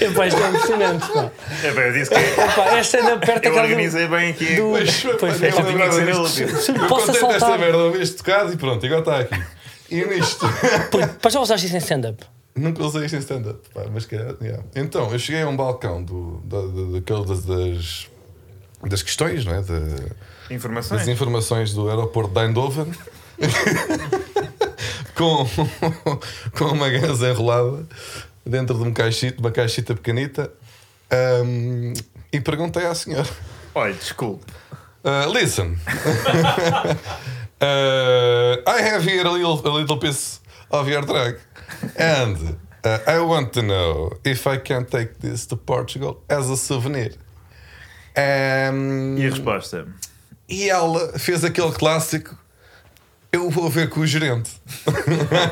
[SPEAKER 1] Epá,
[SPEAKER 2] um
[SPEAKER 1] isto é emocionante. pá.
[SPEAKER 2] É bem, eu disse que
[SPEAKER 1] Epá, esta ainda é perto
[SPEAKER 2] eu
[SPEAKER 1] daquela.
[SPEAKER 2] organizei bem aqui. é
[SPEAKER 1] do-
[SPEAKER 3] Pois,
[SPEAKER 1] Pois,
[SPEAKER 3] pois,
[SPEAKER 1] foi,
[SPEAKER 3] eu
[SPEAKER 1] já
[SPEAKER 2] tinha que ser
[SPEAKER 3] lembrava
[SPEAKER 2] ele.
[SPEAKER 3] disto.
[SPEAKER 1] Se me
[SPEAKER 3] Eu
[SPEAKER 1] posso
[SPEAKER 3] contei
[SPEAKER 1] assaltar.
[SPEAKER 3] esta merda uma vez tocado e pronto, agora está aqui. E nisto.
[SPEAKER 1] Pois, Mas já usaste isso em stand-up?
[SPEAKER 3] Nunca usei isto em stand-up, pá, mas calhar. yeah. Então, eu cheguei a um balcão do, da, da- daquele das, das, das questões, não é? Da-
[SPEAKER 2] Informações.
[SPEAKER 3] das informações do aeroporto de Eindhoven com, com uma ganza enrolada dentro de um caixito, uma caixita pequenita ahm, e perguntei à senhora
[SPEAKER 2] Olha, desculpe.
[SPEAKER 3] Uh, listen. Uh, I have here a little, a little piece of your drug, and uh, I want to know if I can take this to Portugal as a souvenir. Um,
[SPEAKER 2] E a resposta?
[SPEAKER 3] e ela fez aquele clássico. Eu vou ver com o gerente.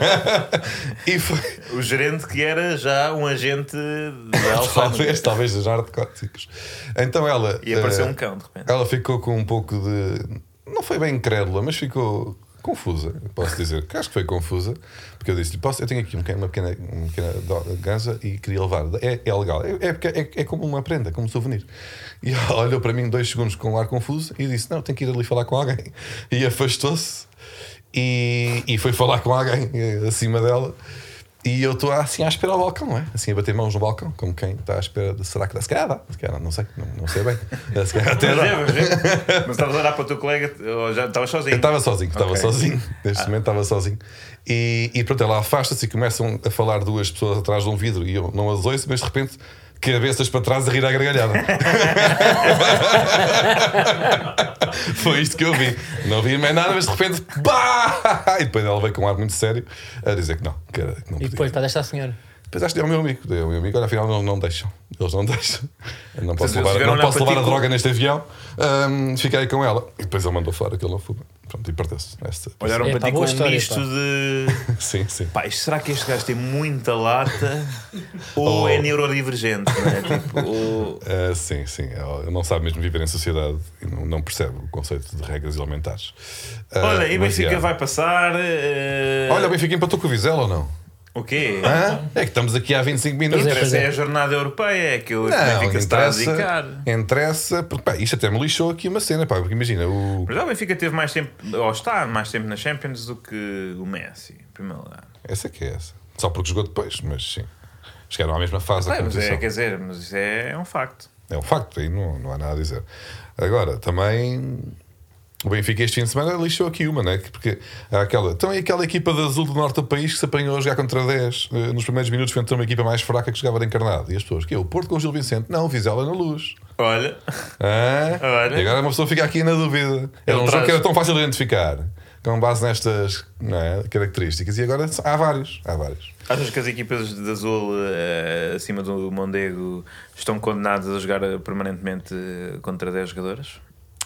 [SPEAKER 3] e foi.
[SPEAKER 2] O gerente que era já um agente de
[SPEAKER 3] Talvez,
[SPEAKER 2] Alzheimer.
[SPEAKER 3] talvez dos narcóticos. Então ela.
[SPEAKER 2] E apareceu
[SPEAKER 3] eh,
[SPEAKER 2] um cão de repente.
[SPEAKER 3] Ela ficou com um pouco de. Não foi bem incrédula, mas ficou confusa, posso dizer, que acho que foi confusa, porque eu disse-lhe, posso, eu tenho aqui uma pequena, uma pequena, uma pequena do- ganza e queria levar, é, é legal, é, é porque é, é como uma prenda, como um souvenir. E ela olhou para mim dois segundos com um ar confuso e disse, não, tenho que ir ali falar com alguém. E afastou-se e, e foi falar com alguém eh, acima dela. E eu estou assim à espera ao balcão, não é? Assim a bater mãos no balcão, como quem está à espera de. Será que dá? Se calhar dá, se calhar não, não sei, não, não sei bem. Se calhar até
[SPEAKER 2] Mas
[SPEAKER 3] dá.
[SPEAKER 2] é, mas é. Mas estavas a olhar para o teu colega, ou já estavas sozinho?
[SPEAKER 3] Eu estava sozinho, estava
[SPEAKER 2] Ok. Ah.
[SPEAKER 3] sozinho. Neste momento estava sozinho. E, e pronto, ela afasta-se e começam a falar duas pessoas atrás de um vidro e eu não as ouço, mas de repente cabeças para trás a rir à gargalhada. Foi isto que eu vi. Não vi mais nada, mas de repente, pá! E depois ela veio com um ar muito sério a dizer que não, que, era- que não
[SPEAKER 1] E
[SPEAKER 3] podia.
[SPEAKER 1] depois, para desta senhora.
[SPEAKER 3] Depois acho que é o meu amigo. Dei ao meu amigo, olha, afinal não, não deixam. Eles não deixam. Eu não posso
[SPEAKER 2] eles
[SPEAKER 3] levar,
[SPEAKER 2] tiveram
[SPEAKER 3] não
[SPEAKER 2] lá
[SPEAKER 3] posso
[SPEAKER 2] para
[SPEAKER 3] levar a
[SPEAKER 2] ti,
[SPEAKER 3] droga neste avião. Hum, fiquei com ela. E depois ele mandou fora que ele não fuma. Pronto, e perdeu-se. Esta-
[SPEAKER 2] Olharam
[SPEAKER 1] É,
[SPEAKER 2] para
[SPEAKER 1] pá,
[SPEAKER 2] ti com
[SPEAKER 1] boa
[SPEAKER 2] um
[SPEAKER 1] história,
[SPEAKER 2] misto
[SPEAKER 1] pá.
[SPEAKER 2] de.
[SPEAKER 3] Sim, sim.
[SPEAKER 2] Pá, isto- será que este gajo tem muita lata ou
[SPEAKER 3] Ou-
[SPEAKER 2] é neurodivergente? Não é? Tipo, ou-
[SPEAKER 3] Ah, sim, sim. Ele não sabe mesmo viver em sociedade e não, não percebe o conceito de regras elementares. Ah,
[SPEAKER 2] Olha, e
[SPEAKER 3] mas,
[SPEAKER 2] Benfica
[SPEAKER 3] yeah.
[SPEAKER 2] vai passar. eh,
[SPEAKER 3] Olha, o Benfica empatou com o Vizela ou não?
[SPEAKER 2] O quê?
[SPEAKER 3] Hã? É que estamos aqui há 25 minutos.
[SPEAKER 1] Pois é, pois
[SPEAKER 2] Essa é a jornada europeia, é que o
[SPEAKER 3] Não,
[SPEAKER 2] Benfica se está a dedicar.
[SPEAKER 3] interessa, interessa, porque pá, isto até me lixou aqui uma cena, pá, porque imagina, o,
[SPEAKER 2] Mas já o Benfica teve mais tempo, ou está mais tempo na Champions do que o Messi, em primeiro lugar.
[SPEAKER 3] Essa que é essa. Só porque jogou depois, mas sim. Chegaram à mesma fase da
[SPEAKER 2] É, mas
[SPEAKER 3] competição.
[SPEAKER 2] é,
[SPEAKER 3] É,
[SPEAKER 2] quer dizer, mas isso é um facto.
[SPEAKER 3] um facto, aí não, não há nada a dizer. Agora, também o Benfica este fim de semana lixou aqui uma, né? Porque há aquela. Então é aquela equipa de azul do norte do país que se apanhou a jogar contra 10 eh, nos primeiros minutos, frente a uma equipa mais fraca que jogava de encarnado. E as pessoas, que é? O Porto com o Gil Vicente? Não, o Vizela na luz.
[SPEAKER 2] Olha,
[SPEAKER 3] Hã?
[SPEAKER 2] Olha.
[SPEAKER 3] E agora uma pessoa fica aqui na dúvida. Era um
[SPEAKER 2] Ele
[SPEAKER 3] jogo
[SPEAKER 2] traz-
[SPEAKER 3] que era tão fácil de identificar, com base nestas não é, características. E agora há vários. Há vários.
[SPEAKER 2] achas que as equipas de azul eh, acima do Mondego estão condenadas a jogar permanentemente eh, contra 10 jogadores?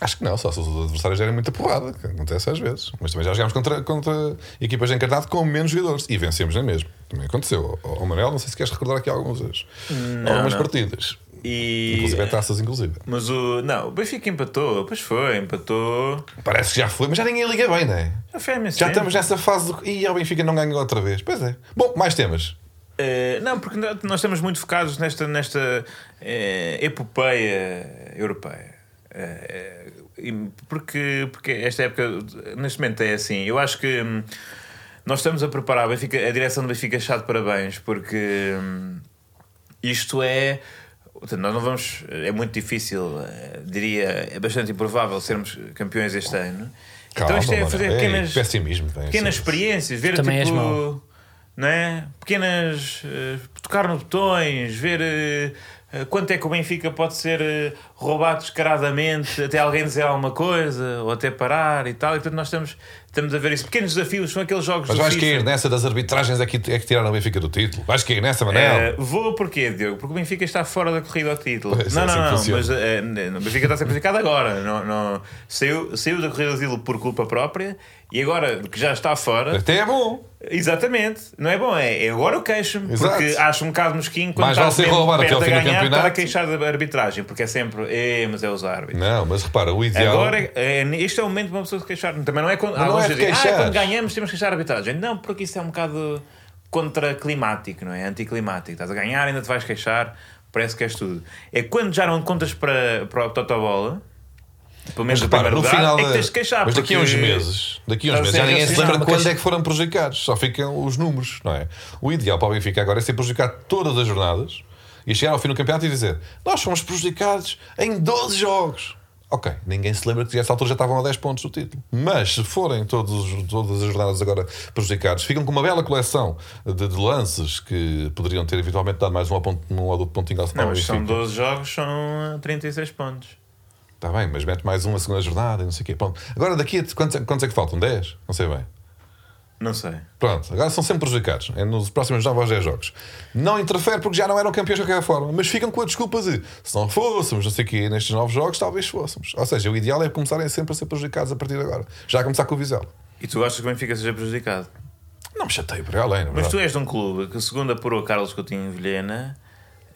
[SPEAKER 3] Acho que não, só se os adversários gerem muita porrada, que acontece às vezes. Mas também já jogámos contra, contra equipas de encarnado com menos jogadores e vencemos na mesma. Também aconteceu. Ao ao Manel, não sei se queres recordar aqui algumas, algumas
[SPEAKER 2] não.
[SPEAKER 3] partidas,
[SPEAKER 2] E. eh,
[SPEAKER 3] inclusive a taças, inclusive.
[SPEAKER 2] Mas o. Não, o Benfica empatou, pois foi, empatou.
[SPEAKER 3] Parece que já foi, mas já ninguém liga bem, não é?
[SPEAKER 2] Já foi há imenso
[SPEAKER 3] Já
[SPEAKER 2] tempo.
[SPEAKER 3] estamos nessa fase do. Ih, o Benfica não ganhou outra vez. Pois é. Bom, mais temas.
[SPEAKER 2] Eh, não, porque nó- nós estamos muito focados nesta, nesta eh, epopeia europeia. Eh, eh, e porque, porque esta época, neste momento, é assim. Eu acho que hum, nós estamos a preparar, a, Benfica, a direção do Benfica está de parabéns, porque hum, isto é. portanto, Nós não vamos. É muito difícil, eh, diria, é bastante improvável sermos campeões este ano. então isto é
[SPEAKER 3] Manel.
[SPEAKER 2] fazer pequenas
[SPEAKER 3] pessimismo. tem
[SPEAKER 2] pequenas
[SPEAKER 3] sido.
[SPEAKER 2] experiências, ver
[SPEAKER 1] Também és
[SPEAKER 2] tipo,
[SPEAKER 1] mau.
[SPEAKER 2] não é? Pequenas eh, tocar no botões, ver eh, eh, quanto é que o Benfica pode ser eh, roubado descaradamente até alguém dizer alguma coisa ou até parar e tal. E portanto nós estamos, estamos a ver isso. Pequenos desafios são aqueles jogos
[SPEAKER 3] Mas
[SPEAKER 2] do
[SPEAKER 3] vais
[SPEAKER 2] FIFA.
[SPEAKER 3] cair nessa das arbitragens é que, é que tiraram o Benfica do título. Vais cair nessa, Manel.
[SPEAKER 2] Eh, vou porquê, Diogo? Porque o Benfica está fora da corrida ao título.
[SPEAKER 3] Pois, é
[SPEAKER 2] não,
[SPEAKER 3] assim
[SPEAKER 2] não,
[SPEAKER 3] que
[SPEAKER 2] não,
[SPEAKER 3] funciona.
[SPEAKER 2] mas eh, o Benfica está a ser prejudicado agora. Não, não- saiu, saiu da corrida ao título por culpa própria e agora que já está fora.
[SPEAKER 3] Até é bom.
[SPEAKER 2] Exatamente, não é bom, é, é agora eu queixo-me,
[SPEAKER 3] Exato.
[SPEAKER 2] porque acho um bocado mosquinho quando
[SPEAKER 3] Mais
[SPEAKER 2] estás
[SPEAKER 3] vale ser
[SPEAKER 2] mesmo
[SPEAKER 3] roubar até
[SPEAKER 2] perto
[SPEAKER 3] ao
[SPEAKER 2] a
[SPEAKER 3] fim do
[SPEAKER 2] ganhar,
[SPEAKER 3] campeonato.
[SPEAKER 2] estar a queixar da arbitragem, porque é sempre, é, mas é os árbitros.
[SPEAKER 3] Não, mas repara, o ideal.
[SPEAKER 2] Agora, é, este é o momento de uma pessoa se queixar, também não é quando,
[SPEAKER 3] não
[SPEAKER 2] há longe
[SPEAKER 3] é de
[SPEAKER 2] de dizer, ah,
[SPEAKER 3] queixar.
[SPEAKER 2] quando ganhamos temos que queixar a arbitragem, não, porque isso é um bocado contraclimático, não é? Anticlimático, estás a ganhar, ainda te vais queixar, parece que és tudo. É quando já não contas para, para o Totobola, pelo menos
[SPEAKER 3] Mas
[SPEAKER 2] no
[SPEAKER 3] repara,
[SPEAKER 2] primeiro
[SPEAKER 3] no
[SPEAKER 2] lugar,
[SPEAKER 3] final
[SPEAKER 2] é que
[SPEAKER 3] da-
[SPEAKER 2] tens de queixar,
[SPEAKER 3] Mas daqui a uns
[SPEAKER 2] porque-
[SPEAKER 3] meses, daqui a uns
[SPEAKER 2] Estás
[SPEAKER 3] meses, já
[SPEAKER 2] a ser
[SPEAKER 3] ninguém se
[SPEAKER 2] racista.
[SPEAKER 3] lembra
[SPEAKER 1] Não,
[SPEAKER 3] quando
[SPEAKER 1] mas-
[SPEAKER 3] é que foram prejudicados, só ficam os números, não é? O ideal para o Benfica agora é ser prejudicado todas as jornadas e chegar ao fim do campeonato e dizer: Nós fomos prejudicados em 12 jogos. Ok, ninguém se lembra que a essa altura já estavam a 10 pontos do título. Mas se forem todos, todas as jornadas agora prejudicados, ficam com uma bela coleção de, de lances que poderiam ter eventualmente dado mais um, ao ponto, um ou outro pontinho ao
[SPEAKER 2] Não,
[SPEAKER 3] ao
[SPEAKER 2] mas são
[SPEAKER 3] Benfica.
[SPEAKER 2] 12 jogos, são eh, 36 pontos.
[SPEAKER 3] Está Tá bem, mas mete mais uma segunda jornada e não sei o quê. Pronto. Agora daqui a quantos, quantos é que faltam? 10? Não sei bem.
[SPEAKER 2] Não sei.
[SPEAKER 3] Pronto, agora são sempre prejudicados. É nos próximos 9 aos 10 jogos. Não interfere porque já não eram campeões de qualquer forma, mas ficam com a desculpa de se não fôssemos, não sei o quê, nestes 9 jogos, talvez fôssemos. Ou seja, o ideal é começarem sempre a ser prejudicados a partir de agora. Já a começar com o Vizela.
[SPEAKER 2] E tu achas que o Benfica seja prejudicado?
[SPEAKER 3] Não me chatei por aí além, não é?
[SPEAKER 2] Mas
[SPEAKER 3] verdade?
[SPEAKER 2] tu és de um é clube que, segundo apurou Carlos Coutinho Vilhena,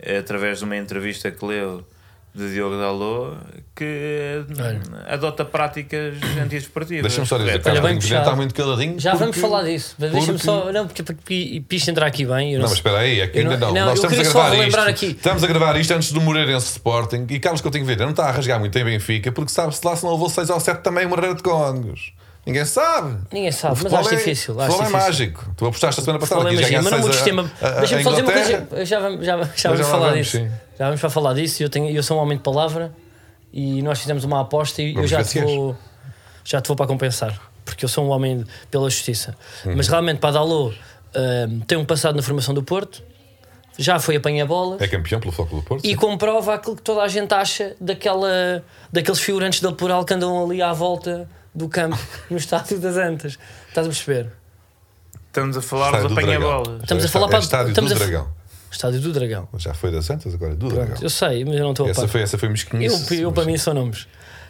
[SPEAKER 2] eh, através de uma entrevista que leu, de Diogo Dalot que
[SPEAKER 1] Olha.
[SPEAKER 2] adota práticas antidesportivas.
[SPEAKER 3] Deixa-me só dizer,
[SPEAKER 1] Olha,
[SPEAKER 3] Carlos
[SPEAKER 1] bem
[SPEAKER 3] Pinto
[SPEAKER 1] puxado.
[SPEAKER 3] está muito caladinho.
[SPEAKER 1] Já vamos
[SPEAKER 3] porque-
[SPEAKER 1] falar disso. Mas Deixa-me
[SPEAKER 3] porque-
[SPEAKER 1] só. Não, porque, porque, porque isto entrar aqui bem. Eu
[SPEAKER 3] Não,
[SPEAKER 1] não,
[SPEAKER 3] mas
[SPEAKER 1] sei.
[SPEAKER 3] espera aí, é que
[SPEAKER 1] Eu não-
[SPEAKER 3] ainda não.
[SPEAKER 1] não, eu
[SPEAKER 3] Nós estamos a
[SPEAKER 1] queria só
[SPEAKER 3] gravar isto.
[SPEAKER 1] relembrar aqui.
[SPEAKER 3] Estamos a gravar isto antes do Moreirense Sporting e Carlos Coutinho Vieira não está a rasgar muito em Benfica porque sabe-se lá se não levou 6 ou 7 também o Moreira de Cónegos. Ninguém sabe.
[SPEAKER 1] Ninguém sabe,
[SPEAKER 3] O
[SPEAKER 1] mas
[SPEAKER 3] futebol
[SPEAKER 1] acho
[SPEAKER 3] é-
[SPEAKER 1] difícil,
[SPEAKER 3] o
[SPEAKER 1] acho
[SPEAKER 3] futebol é
[SPEAKER 1] difícil.
[SPEAKER 3] mágico. Tu apostaste a semana passada
[SPEAKER 1] Fala,
[SPEAKER 3] que ia
[SPEAKER 1] imagina,
[SPEAKER 3] ganhar
[SPEAKER 1] mas não mudes
[SPEAKER 3] 6
[SPEAKER 1] de
[SPEAKER 3] a-
[SPEAKER 1] tema.
[SPEAKER 3] a- a
[SPEAKER 1] Deixa-me só dizer uma
[SPEAKER 3] Inglaterra.
[SPEAKER 1] coisa. Já vamos, já, vamos- já
[SPEAKER 3] Mas
[SPEAKER 1] vamos
[SPEAKER 3] já lá
[SPEAKER 1] falar
[SPEAKER 3] vamos,
[SPEAKER 1] disso.
[SPEAKER 3] sim.
[SPEAKER 1] Já vamos para falar disso. Eu, tenho, eu sou um homem de palavra e nós fizemos uma aposta e
[SPEAKER 3] Vamos
[SPEAKER 1] eu já
[SPEAKER 3] ver
[SPEAKER 1] te
[SPEAKER 3] se és.
[SPEAKER 1] vou. Já te vou para compensar. Porque eu sou um homem de- pela justiça.
[SPEAKER 3] Hum.
[SPEAKER 1] Mas realmente, Padalô hum, tem um passado na formação do Porto, já foi apanha-bolas.
[SPEAKER 3] É campeão pelo Foco do Porto.
[SPEAKER 1] E
[SPEAKER 3] sim.
[SPEAKER 1] comprova aquilo que toda a gente acha daquela, daqueles figurantes da plural que andam ali à volta do campo, no estádio das Antas. Estás a perceber?
[SPEAKER 2] Estamos a falar
[SPEAKER 3] Estádio
[SPEAKER 2] dos
[SPEAKER 3] do Dragão.
[SPEAKER 2] apanha-bolas.
[SPEAKER 1] Estamos a
[SPEAKER 3] É
[SPEAKER 1] falar para-
[SPEAKER 3] Estádio
[SPEAKER 1] estamos
[SPEAKER 3] do
[SPEAKER 1] a fa-
[SPEAKER 3] Dragão.
[SPEAKER 1] Estádio do Dragão.
[SPEAKER 3] Já foi das Santas, agora é do Dragão.
[SPEAKER 1] Eu sei, mas eu não estou a
[SPEAKER 3] Essa
[SPEAKER 1] par.
[SPEAKER 3] foi, essa foi
[SPEAKER 1] Eu,
[SPEAKER 3] mesquinhice.
[SPEAKER 1] eu, para
[SPEAKER 3] mas-
[SPEAKER 1] mim são nomes.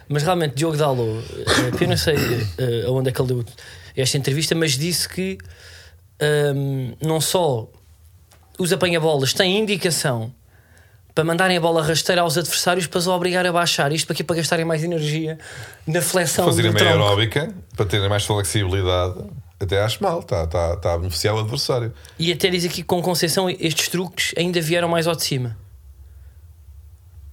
[SPEAKER 1] Mas realmente, Diogo Dalo, eh, que eu não sei eh, aonde é que ele deu esta entrevista, mas disse que ehm, não só os apanha-bolas têm indicação para mandarem a bola rasteira aos adversários para os obrigar a baixar. Isto para quê? Para gastarem mais energia na flexão
[SPEAKER 3] Fazerem
[SPEAKER 1] do
[SPEAKER 3] meia
[SPEAKER 1] tá um tronco.
[SPEAKER 3] aeróbica para terem mais flexibilidade, até acho mal, está tá, tá a beneficiar o adversário.
[SPEAKER 1] E até diz aqui que com Conceição estes truques ainda vieram mais ao de cima.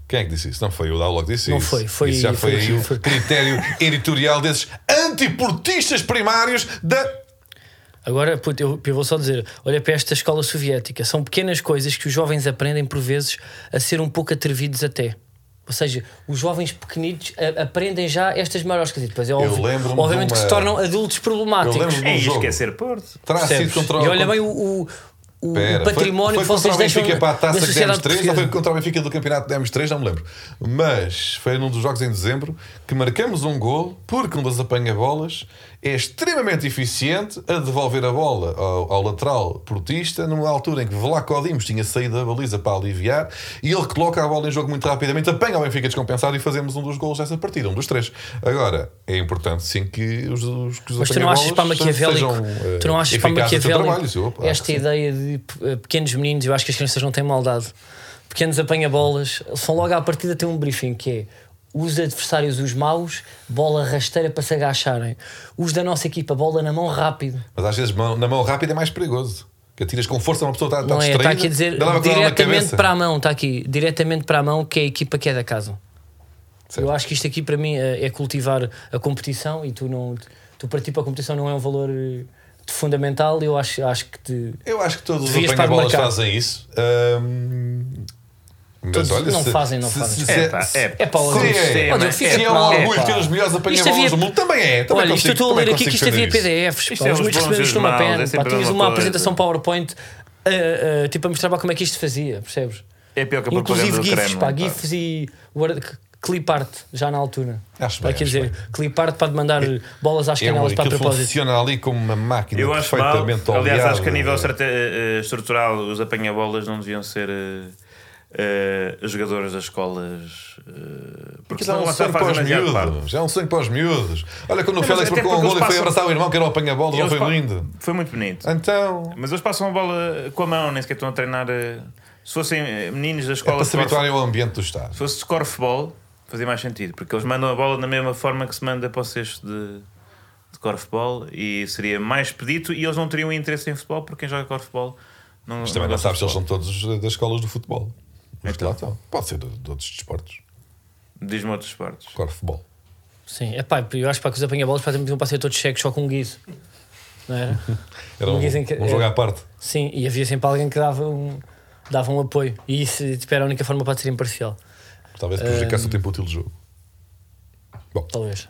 [SPEAKER 3] Quem é que disse isso? Não foi o Daulo que disse
[SPEAKER 1] Não
[SPEAKER 3] isso.
[SPEAKER 1] foi, foi-
[SPEAKER 3] isso já foi,
[SPEAKER 1] foi-
[SPEAKER 3] aí o
[SPEAKER 1] foi-
[SPEAKER 3] critério editorial desses antiportistas primários da.
[SPEAKER 1] Agora, puto, eu, eu vou só dizer: olha para esta escola soviética. São pequenas coisas que os jovens aprendem, por vezes, a ser um pouco atrevidos até. Ou seja, os jovens pequenitos a- aprendem já estas maroscas. E depois é óbvio,
[SPEAKER 3] lembro-me
[SPEAKER 1] obviamente
[SPEAKER 3] de
[SPEAKER 1] que
[SPEAKER 3] uma-
[SPEAKER 1] se tornam adultos
[SPEAKER 3] Eu
[SPEAKER 1] problemáticos.
[SPEAKER 3] lembro de
[SPEAKER 2] É
[SPEAKER 3] um
[SPEAKER 2] isso,
[SPEAKER 3] jogo.
[SPEAKER 2] esquecer Porto.
[SPEAKER 3] Terá sido
[SPEAKER 1] Percebes?
[SPEAKER 3] contra o.
[SPEAKER 1] E olha bem o, o- o
[SPEAKER 3] Pera, foi-
[SPEAKER 1] património
[SPEAKER 3] foi,
[SPEAKER 1] que vocês
[SPEAKER 3] contra o
[SPEAKER 1] deixam
[SPEAKER 3] Benfica para a
[SPEAKER 1] na
[SPEAKER 3] taça que demos
[SPEAKER 1] sociedade
[SPEAKER 3] 3 ou foi
[SPEAKER 1] portuguesa.
[SPEAKER 3] contra o Benfica do campeonato que demos 3, não me lembro. Mas foi num dos jogos em dezembro que marcamos um gol porque um das apanha-bolas é extremamente eficiente a devolver a bola ao, ao lateral portista numa altura em que Vlaco Dimos tinha saído da baliza para aliviar e ele coloca a bola em jogo muito rapidamente, apanha o Benfica descompensado e fazemos um dos golos dessa partida, um dos três. Agora, é importante sim que os, os, que os
[SPEAKER 1] Mas tu não achas para
[SPEAKER 3] apanha-bolas
[SPEAKER 1] maquiavélico,
[SPEAKER 3] sejam, eh,
[SPEAKER 1] tu não achas para
[SPEAKER 3] eficazes no seu
[SPEAKER 1] maquiavélico
[SPEAKER 3] trabalho, sim, opa, acho
[SPEAKER 1] esta
[SPEAKER 3] que sim.
[SPEAKER 1] ideia de eh, pequenos meninos, eu acho que as crianças não têm maldade, pequenos apanha-bolas, são logo à partida têm um briefing que é os adversários, os maus, bola rasteira para se agacharem. Os da nossa equipa, bola na mão rápido.
[SPEAKER 3] Mas às vezes mão- na mão rápida é mais perigoso. Que atiras com força uma pessoa está, está
[SPEAKER 1] não é?
[SPEAKER 3] distraída.
[SPEAKER 1] Está aqui a dizer
[SPEAKER 3] Tá dá lá uma cotovelada na
[SPEAKER 1] diretamente
[SPEAKER 3] cabeça.
[SPEAKER 1] para a mão, está aqui, diretamente para a mão, que é a equipa que é da casa.
[SPEAKER 3] Certo.
[SPEAKER 1] Eu acho que isto aqui para mim é é cultivar a competição e tu não tu para ti para a competição não é um valor eh, fundamental. Eu acho, acho que te.
[SPEAKER 3] Eu acho que todos os
[SPEAKER 1] Devias estar
[SPEAKER 3] apanha-bolas
[SPEAKER 1] marcado.
[SPEAKER 3] fazem isso. Ahm, mas
[SPEAKER 1] Todos-
[SPEAKER 3] olha,
[SPEAKER 1] não
[SPEAKER 3] se-
[SPEAKER 1] fazem, não
[SPEAKER 3] se-
[SPEAKER 1] fazem.
[SPEAKER 3] se-
[SPEAKER 2] É pá,
[SPEAKER 3] se-
[SPEAKER 2] é
[SPEAKER 1] É pá, olha,
[SPEAKER 3] Sim,
[SPEAKER 1] isto-
[SPEAKER 3] é.
[SPEAKER 1] olha, eu
[SPEAKER 2] Sim,
[SPEAKER 1] fico
[SPEAKER 3] Se é um
[SPEAKER 1] mal,
[SPEAKER 3] orgulho
[SPEAKER 1] pá.
[SPEAKER 3] ter os melhores apanha-bolas
[SPEAKER 1] havia-
[SPEAKER 3] do mundo, também é. Também
[SPEAKER 1] Olha, isto eu
[SPEAKER 3] consigo-
[SPEAKER 1] estou a
[SPEAKER 3] também
[SPEAKER 1] ler aqui que
[SPEAKER 3] consigo
[SPEAKER 1] isto é havia
[SPEAKER 3] defender isso.
[SPEAKER 1] PDFs.
[SPEAKER 2] Isto
[SPEAKER 1] pá,
[SPEAKER 2] é
[SPEAKER 1] os meus
[SPEAKER 2] os bons e
[SPEAKER 1] recebemos
[SPEAKER 2] os
[SPEAKER 1] numa
[SPEAKER 2] maus, é
[SPEAKER 1] pena, pá,
[SPEAKER 2] sempre a
[SPEAKER 1] tinhas
[SPEAKER 2] mesma
[SPEAKER 1] uma
[SPEAKER 2] coisa.
[SPEAKER 1] apresentação PowerPoint eh, eh, tipo a mostrar pá, como é que isto fazia, percebes?
[SPEAKER 2] É pior que a propaganda
[SPEAKER 1] Inclusive
[SPEAKER 2] do
[SPEAKER 1] GIFs,
[SPEAKER 2] Kremlin,
[SPEAKER 1] pá,
[SPEAKER 2] pá.
[SPEAKER 1] GIFs e word- c- clip art já na altura.
[SPEAKER 3] Acho
[SPEAKER 1] Pá,
[SPEAKER 3] bem,
[SPEAKER 1] Quer
[SPEAKER 3] acho
[SPEAKER 1] dizer, clip art para mandar bolas às
[SPEAKER 3] É um,
[SPEAKER 1] canelas para
[SPEAKER 3] aquilo
[SPEAKER 1] propósito.
[SPEAKER 3] funciona ali como uma máquina
[SPEAKER 2] Eu acho mal.
[SPEAKER 3] perfeitamente
[SPEAKER 2] Aliás, acho que a
[SPEAKER 3] oleada.
[SPEAKER 2] nível estrate- eh, eh, estrutural, os apanha-bolas não deviam ser. eh, eh, jogadores das escolas eh, porque
[SPEAKER 3] Aquilo é
[SPEAKER 2] senão
[SPEAKER 3] um
[SPEAKER 2] lá está
[SPEAKER 3] sonho
[SPEAKER 2] a fazer
[SPEAKER 3] para os
[SPEAKER 2] demasiado parvo.
[SPEAKER 3] miúdos. É um sonho para os miúdos. Olha, quando o
[SPEAKER 2] Mas
[SPEAKER 3] Félix
[SPEAKER 2] até
[SPEAKER 3] marcou um
[SPEAKER 2] porque
[SPEAKER 3] gol
[SPEAKER 2] eles
[SPEAKER 3] e foi
[SPEAKER 2] passam-
[SPEAKER 3] abraçar o irmão que era o apanha-bolas, não
[SPEAKER 2] Eles
[SPEAKER 3] foi
[SPEAKER 2] pa-
[SPEAKER 3] lindo.
[SPEAKER 2] Foi muito bonito.
[SPEAKER 3] Então.
[SPEAKER 2] Mas eles passam a bola com a mão, nem sequer estão a treinar. eh, Se fossem eh, meninos da
[SPEAKER 3] É
[SPEAKER 2] escola
[SPEAKER 3] para
[SPEAKER 2] de
[SPEAKER 3] se
[SPEAKER 2] corf-
[SPEAKER 3] habituarem ao ambiente do Estado.
[SPEAKER 2] se fosse de corfball, fazia mais sentido, porque eles mandam a bola da mesma forma que se manda para o cesto de, de corfball e seria mais pedito e eles não teriam interesse em futebol porque quem joga corfball não.
[SPEAKER 3] Mas também não
[SPEAKER 2] gosta
[SPEAKER 3] sabes
[SPEAKER 2] de
[SPEAKER 3] se eles são todos das escolas do futebol. Mas
[SPEAKER 2] Então.
[SPEAKER 3] lá estão. Pode ser de, de outros desportos.
[SPEAKER 2] futebol. Diz-me outros esportes.
[SPEAKER 3] Corfball.
[SPEAKER 1] Sim, é pá, eu acho que para que os apanha-bolas para termos um passeio todos cheques só com um guiso. Não era?
[SPEAKER 3] Era
[SPEAKER 1] Me
[SPEAKER 3] um,
[SPEAKER 1] dizem que- é-
[SPEAKER 3] um jogo à parte.
[SPEAKER 1] Sim, e havia sempre alguém que dava um, dava um apoio. E isso tipo, era a única forma para ser imparcial,
[SPEAKER 3] Talvez prejudicasse o tempo útil do jogo. Bom,
[SPEAKER 1] talvez.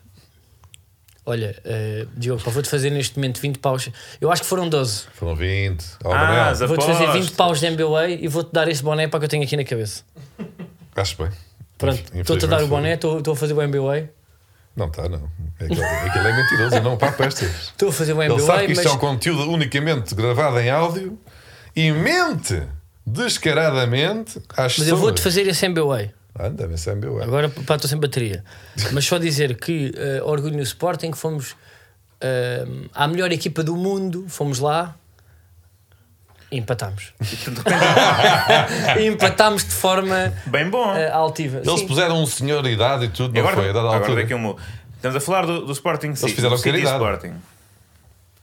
[SPEAKER 1] Olha, eh, Diogo, pá, vou-te fazer neste momento 20 paus. Eu acho que foram 12.
[SPEAKER 3] foram 20. Ó,
[SPEAKER 2] Ah,
[SPEAKER 3] Manel,
[SPEAKER 2] Zé-
[SPEAKER 1] Vou-te fazer 20
[SPEAKER 2] Aposto.
[SPEAKER 1] paus de MBA e vou-te dar este boné para que eu tenho aqui na cabeça.
[SPEAKER 3] Acho bem.
[SPEAKER 1] Pronto,
[SPEAKER 3] Infelizmente
[SPEAKER 1] estou-te a dar o
[SPEAKER 3] foi.
[SPEAKER 1] boné, estou estou a fazer o MBA.
[SPEAKER 3] Não está, não. É Aquilo é, aquilo é mentiroso. eu Não, pá, pestas.
[SPEAKER 1] Estou a fazer o
[SPEAKER 3] Ele
[SPEAKER 1] MBA,
[SPEAKER 3] sabe que isto
[SPEAKER 1] mas
[SPEAKER 3] é um conteúdo unicamente gravado em áudio e mente descaradamente às
[SPEAKER 1] mas eu vou-te
[SPEAKER 3] pessoas.
[SPEAKER 1] fazer esse MBA.
[SPEAKER 3] Anda, mas é meu. é.
[SPEAKER 1] Agora pá, estou sem bateria. Mas só dizer que eh, orgulho no Sporting, fomos eh, à melhor equipa do mundo, fomos lá. Empatámos. Empatámos de forma
[SPEAKER 2] Bem bom.
[SPEAKER 1] eh, altiva.
[SPEAKER 3] Eles
[SPEAKER 1] Sim.
[SPEAKER 3] puseram um senhor de idade e tudo, não
[SPEAKER 2] agora
[SPEAKER 3] foi? A dada
[SPEAKER 2] agora
[SPEAKER 3] altura.
[SPEAKER 2] daqui um- Estamos a falar do, do Sporting City.
[SPEAKER 3] fizeram
[SPEAKER 2] do City
[SPEAKER 3] caridade.
[SPEAKER 2] Sporting.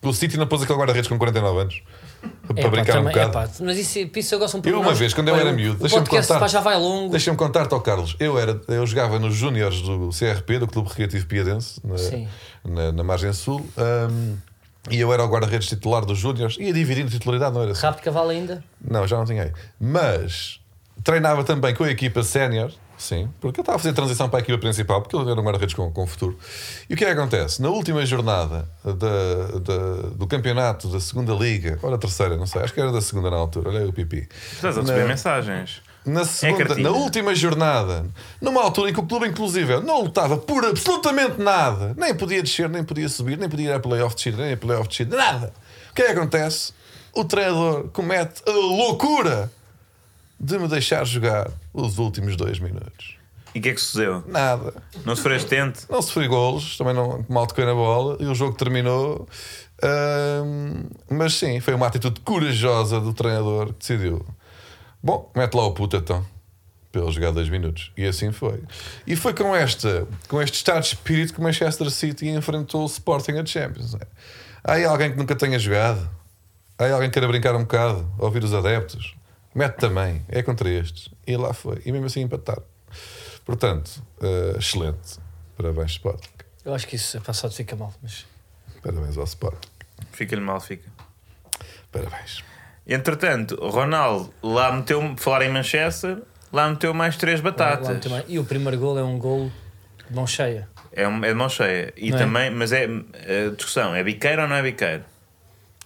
[SPEAKER 3] O City não pôs aquele guarda-redes com 49 anos.
[SPEAKER 1] É,
[SPEAKER 3] para
[SPEAKER 1] pá,
[SPEAKER 3] brincar
[SPEAKER 1] também-
[SPEAKER 3] um bocado.
[SPEAKER 1] é, pá, mas isso, isso eu gosto um pouco.
[SPEAKER 3] Eu uma vez, quando eu era miúdo,
[SPEAKER 1] o
[SPEAKER 3] deixa-me
[SPEAKER 1] podcast
[SPEAKER 3] contar.
[SPEAKER 1] pá, já vai longo.
[SPEAKER 3] Deixa-me contar-te ao Carlos. Eu, era, eu jogava nos Júniores do CRP, do Clube Recreativo Piadense,
[SPEAKER 1] Sim.
[SPEAKER 3] na, na, na margem sul, hum, e eu era o guarda-redes titular dos Júniores. Ia dividindo titularidade, não era assim?
[SPEAKER 1] Rápido cavalo ainda.
[SPEAKER 3] Não, já não tinha aí. Mas treinava também com a equipa sénior, sim, porque eu estava a fazer transição para a equipa principal, porque eu era um guarda-redes com, com futuro. E o que é que acontece? Na última jornada da- da- do campeonato da segunda liga, ou da terceira, não sei, acho que era da segunda na altura, olha aí o pipi.
[SPEAKER 2] Estás a receber mensagens.
[SPEAKER 3] Na, segunda,
[SPEAKER 2] cartinha.
[SPEAKER 3] na última jornada, numa altura em que o clube, inclusive, não lutava por absolutamente nada, nem podia descer, nem podia subir, nem podia ir a playoff de descida, nem a playoff de descida, nada. O que é que acontece? O treinador comete a loucura de me deixar jogar os últimos dois minutos.
[SPEAKER 2] E o que é que sucedeu?
[SPEAKER 3] Nada.
[SPEAKER 2] Não sofreste tente?
[SPEAKER 3] Não sofri golos, também não mal toquei na bola e o jogo terminou. Ahm, mas sim, foi uma atitude corajosa do treinador que decidiu: bom, mete lá o puta então, para ele jogar dois minutos. E assim foi. E foi com, esta, com este estado de espírito que o Manchester City enfrentou o Sporting a Champions. não é? Há aí alguém que nunca tenha jogado? Há aí alguém que queira brincar um bocado, ouvir os adeptos? Mete também, é contra estes. E lá foi. E mesmo assim empatar. Portanto, eh, excelente. Parabéns, Sporting.
[SPEAKER 1] Eu acho que isso passado fica mal. Mas...
[SPEAKER 3] Parabéns ao Sporting.
[SPEAKER 2] Fica-lhe mal, fica.
[SPEAKER 3] Parabéns.
[SPEAKER 2] Entretanto, o Ronaldo lá meteu, falar em Manchester, lá meteu mais três
[SPEAKER 1] Lá
[SPEAKER 2] batatas.
[SPEAKER 1] muito bem. E o primeiro gol é um gol de mão cheia.
[SPEAKER 2] É, um- é de mão cheia. E
[SPEAKER 1] Não é?
[SPEAKER 2] também, mas é a discussão: é biqueiro ou não é biqueiro?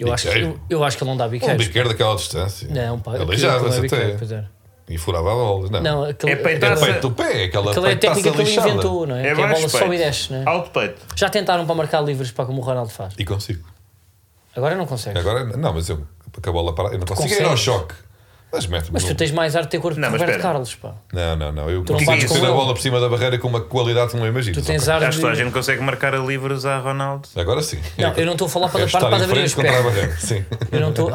[SPEAKER 1] Eu acho, que,
[SPEAKER 3] Biqueiro.
[SPEAKER 1] eu, eu acho que ele não dá
[SPEAKER 3] Um
[SPEAKER 1] biqueiros.
[SPEAKER 3] biqueiro daquela distância.
[SPEAKER 1] Não, pá. aquilo
[SPEAKER 3] Aleijava-se
[SPEAKER 1] é biqueiro,
[SPEAKER 3] até.
[SPEAKER 1] pois é.
[SPEAKER 3] E furava a bola. Não.
[SPEAKER 1] Não, aquele,
[SPEAKER 2] É peito-
[SPEAKER 3] É
[SPEAKER 1] aquela-
[SPEAKER 3] peito do pé, aquela,
[SPEAKER 1] aquela é a
[SPEAKER 3] peitaça
[SPEAKER 1] técnica que ele
[SPEAKER 3] lixada.
[SPEAKER 1] inventou, não é? que é a
[SPEAKER 2] baixo
[SPEAKER 1] bola sobe e desce, não é?
[SPEAKER 2] Alto peito.
[SPEAKER 1] Já tentaram para marcar livres para como o Ronaldo faz.
[SPEAKER 3] E consigo.
[SPEAKER 1] Agora não consegue.
[SPEAKER 3] Agora, não, mas eu com a bola parada. Eu não consigo
[SPEAKER 1] Consegues.
[SPEAKER 3] ir ao choque. Mas mete-me
[SPEAKER 1] Mas
[SPEAKER 3] no-
[SPEAKER 1] tu tens mais ar de ter corpo
[SPEAKER 2] Não,
[SPEAKER 1] que
[SPEAKER 2] mas
[SPEAKER 1] Roberto
[SPEAKER 2] espera.
[SPEAKER 1] Carlos, pá.
[SPEAKER 3] Não, não, não. Eu
[SPEAKER 1] Tu não
[SPEAKER 3] consigo
[SPEAKER 2] bates com
[SPEAKER 3] ir a
[SPEAKER 1] ele.
[SPEAKER 3] bola por cima da barreira com uma qualidade que não imaginas.
[SPEAKER 1] Tu tens
[SPEAKER 3] ok?
[SPEAKER 1] ar
[SPEAKER 2] Acho que toda a
[SPEAKER 1] de.
[SPEAKER 2] gente consegue marcar a livros a Ronaldo.
[SPEAKER 3] Agora sim.
[SPEAKER 1] Não, eu não estou a falar para
[SPEAKER 3] É
[SPEAKER 1] da parte
[SPEAKER 3] estar
[SPEAKER 1] para
[SPEAKER 3] em
[SPEAKER 1] abrir
[SPEAKER 3] frente
[SPEAKER 1] as
[SPEAKER 3] contra a
[SPEAKER 1] pernas.
[SPEAKER 3] barreira. Sim.
[SPEAKER 1] Eu não estou.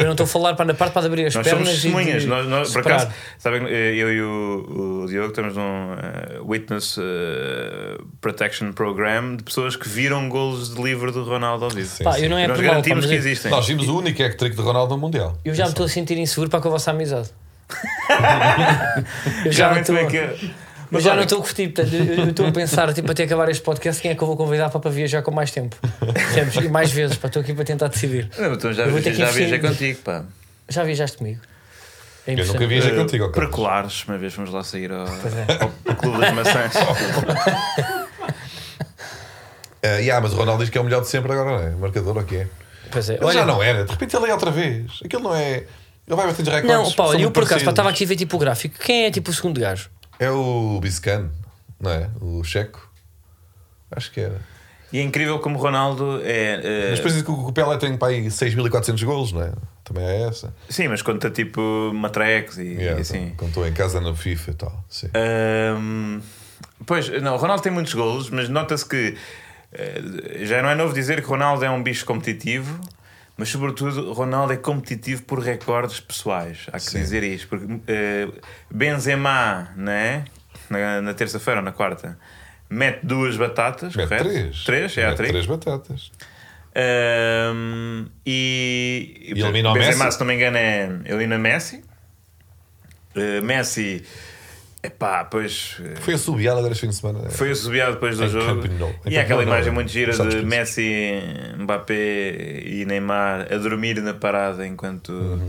[SPEAKER 1] Eu não estou a falar para a parte para abrir as
[SPEAKER 2] Nós somos
[SPEAKER 1] pernas. e de
[SPEAKER 2] testemunhas. Nós, nós, por acaso,
[SPEAKER 1] separar.
[SPEAKER 2] sabem, eh, eu e o, o Diogo estamos num eh, Witness eh, Protection Program de pessoas que viram golos de livro do Ronaldo ao vivo.
[SPEAKER 3] Sim,
[SPEAKER 1] Pá,
[SPEAKER 3] sim.
[SPEAKER 1] eu não é
[SPEAKER 2] Nós
[SPEAKER 1] por mal, pá,
[SPEAKER 2] garantimos
[SPEAKER 1] mas
[SPEAKER 2] que
[SPEAKER 1] eu-
[SPEAKER 2] existem.
[SPEAKER 3] Nós vimos o único hat-trick de Ronaldo no Mundial.
[SPEAKER 1] eu já me estou a sentir inseguro para com a vossa amizade. eu já não
[SPEAKER 2] Geralmente
[SPEAKER 1] estou.
[SPEAKER 2] é que-
[SPEAKER 1] Eu já
[SPEAKER 2] olha,
[SPEAKER 1] não estou a curtir, portanto, eu eu estou a pensar, tipo, até acabar este podcast, quem é que eu vou convidar para, para viajar com mais tempo? Percebes? E mais vezes, para estou aqui para tentar decidir.
[SPEAKER 2] Não, então já,
[SPEAKER 1] Eu vou ter
[SPEAKER 2] já,
[SPEAKER 1] que
[SPEAKER 2] já
[SPEAKER 1] investir
[SPEAKER 2] viajei
[SPEAKER 1] em-
[SPEAKER 2] contigo, pá.
[SPEAKER 1] Já viajaste comigo? É
[SPEAKER 3] Eu nunca
[SPEAKER 1] impressionante.
[SPEAKER 3] viajei
[SPEAKER 2] Eh,
[SPEAKER 3] contigo, ok?
[SPEAKER 2] Para colares, uma vez vamos lá sair ao,
[SPEAKER 1] é.
[SPEAKER 2] ao Clube das Maçãs.
[SPEAKER 3] Ah, yeah, mas o Ronaldo diz que é o melhor de sempre agora, não é? O marcador, ou o que é?
[SPEAKER 1] Pois é,
[SPEAKER 3] Ele já não era, de repente ele é outra vez. Aquilo não é. Ele vai bater de recordes.
[SPEAKER 1] Não, pá,
[SPEAKER 3] são
[SPEAKER 1] olha, eu
[SPEAKER 3] muito
[SPEAKER 1] por acaso pá,
[SPEAKER 3] parecidos.
[SPEAKER 1] estava aqui a ver tipo o gráfico. Quem é tipo o segundo gajo?
[SPEAKER 3] É o Biscan, não é? O Checo. Acho que era.
[SPEAKER 2] E é incrível como o Ronaldo é. eh,
[SPEAKER 3] Mas depois diz que o Pelé tem para aí 6.400 golos, não é? Também é essa.
[SPEAKER 2] Sim, mas conta tipo matrex e, É
[SPEAKER 3] Yeah,
[SPEAKER 2] e assim.
[SPEAKER 3] Quando estou em casa na FIFA e tal. Sim.
[SPEAKER 2] Ahm, pois, não, o Ronaldo tem muitos golos, mas nota-se que eh, já não é novo dizer que o Ronaldo é um bicho competitivo, mas sobretudo o Ronaldo é competitivo por recordes pessoais. Há que
[SPEAKER 3] Sim.
[SPEAKER 2] dizer isto, porque eh, Benzema, né? na, na terça-feira ou na quarta, mete duas batatas,
[SPEAKER 3] Mete
[SPEAKER 2] correto?
[SPEAKER 3] três.
[SPEAKER 2] Três, é a
[SPEAKER 3] Mete
[SPEAKER 2] três.
[SPEAKER 3] três batatas.
[SPEAKER 2] Ahm, e,
[SPEAKER 3] E elimina o
[SPEAKER 2] Benzema,
[SPEAKER 3] Messi?
[SPEAKER 2] se não me engano, é Elina Messi. Eh, Messi, epá, pois eh,
[SPEAKER 3] Foi a subiar agora este fim de semana.
[SPEAKER 2] foi assobiado depois do
[SPEAKER 3] Em
[SPEAKER 2] jogo.
[SPEAKER 3] Camp Nou. Em
[SPEAKER 2] E
[SPEAKER 3] Camp
[SPEAKER 2] há aquela
[SPEAKER 3] Nou,
[SPEAKER 2] imagem
[SPEAKER 3] não.
[SPEAKER 2] muito gira
[SPEAKER 3] Sabes
[SPEAKER 2] de
[SPEAKER 3] que-
[SPEAKER 2] Messi, Mbappé e Neymar a dormir na parada enquanto,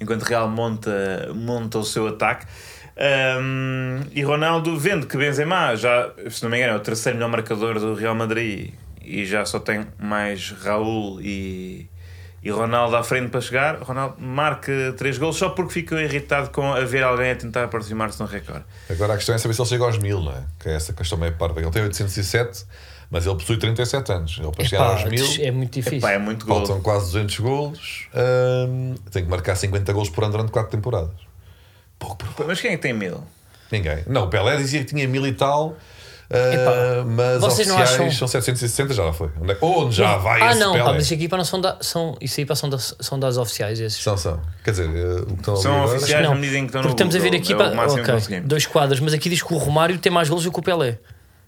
[SPEAKER 2] enquanto Real monta, monta o seu ataque. Ahm, e Ronaldo vendo que Benzema já, se não me engano, é o terceiro melhor marcador do Real Madrid e já só tem mais Raul e, e Ronaldo à frente para chegar. Ronaldo marca três gols só porque ficou irritado com haver alguém a tentar aproximar-se de um recorde.
[SPEAKER 3] Agora a questão é saber se ele chega aos 1000, não é? Que é essa questão meio parda. Ele tem 807, mas ele possui 37 anos. Ele para chegar
[SPEAKER 1] Epá,
[SPEAKER 3] aos 1000.
[SPEAKER 1] é muito difícil.
[SPEAKER 2] Epá, é muito gol.
[SPEAKER 3] Faltam quase 200 golos. Hum, tem que marcar 50 golos por ano durante 4 temporadas. Pouco por
[SPEAKER 2] Mas quem é que tem mil?
[SPEAKER 3] Ninguém. Não, o Pelé dizia que tinha mil e tal. Ah, mas
[SPEAKER 1] vocês não
[SPEAKER 3] oficiais
[SPEAKER 1] acham-
[SPEAKER 3] são 760, já lá foi. Onde, é que- onde já vai
[SPEAKER 1] ah,
[SPEAKER 3] esse
[SPEAKER 1] não,
[SPEAKER 3] Pelé?
[SPEAKER 1] pá, mas isso aqui pá, não são, da, são, isso aí, pá, são, da, são dados oficiais esses.
[SPEAKER 3] São, são. Quer dizer, eh, o que estão a
[SPEAKER 2] São
[SPEAKER 3] ouvir agora-
[SPEAKER 2] oficiais.
[SPEAKER 1] Não,
[SPEAKER 2] na medida em que estão
[SPEAKER 1] porque
[SPEAKER 2] no
[SPEAKER 1] estamos a ver
[SPEAKER 2] Google,
[SPEAKER 1] aqui
[SPEAKER 2] é o
[SPEAKER 1] pá,
[SPEAKER 2] máximo que
[SPEAKER 1] ok,
[SPEAKER 2] conseguimos.
[SPEAKER 1] dois quadros, mas aqui diz que o Romário tem mais golos do que o Pelé.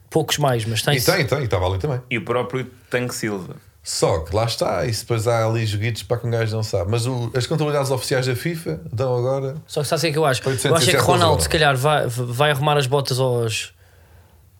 [SPEAKER 1] Poucos mais, mas tem.
[SPEAKER 3] é E tem, tem, e estava ali também.
[SPEAKER 2] E o próprio Tanque Silva.
[SPEAKER 3] Só que lá está, isso depois há ali joguitos para que um gajo não sabe. Mas o- as contabilidades oficiais da FIFA dão agora.
[SPEAKER 1] Só que sabe o que é que eu acho?
[SPEAKER 3] 800,
[SPEAKER 1] eu acho é que
[SPEAKER 3] 800
[SPEAKER 1] Ronaldo,
[SPEAKER 3] euros.
[SPEAKER 1] se calhar, vai, vai arrumar as botas aos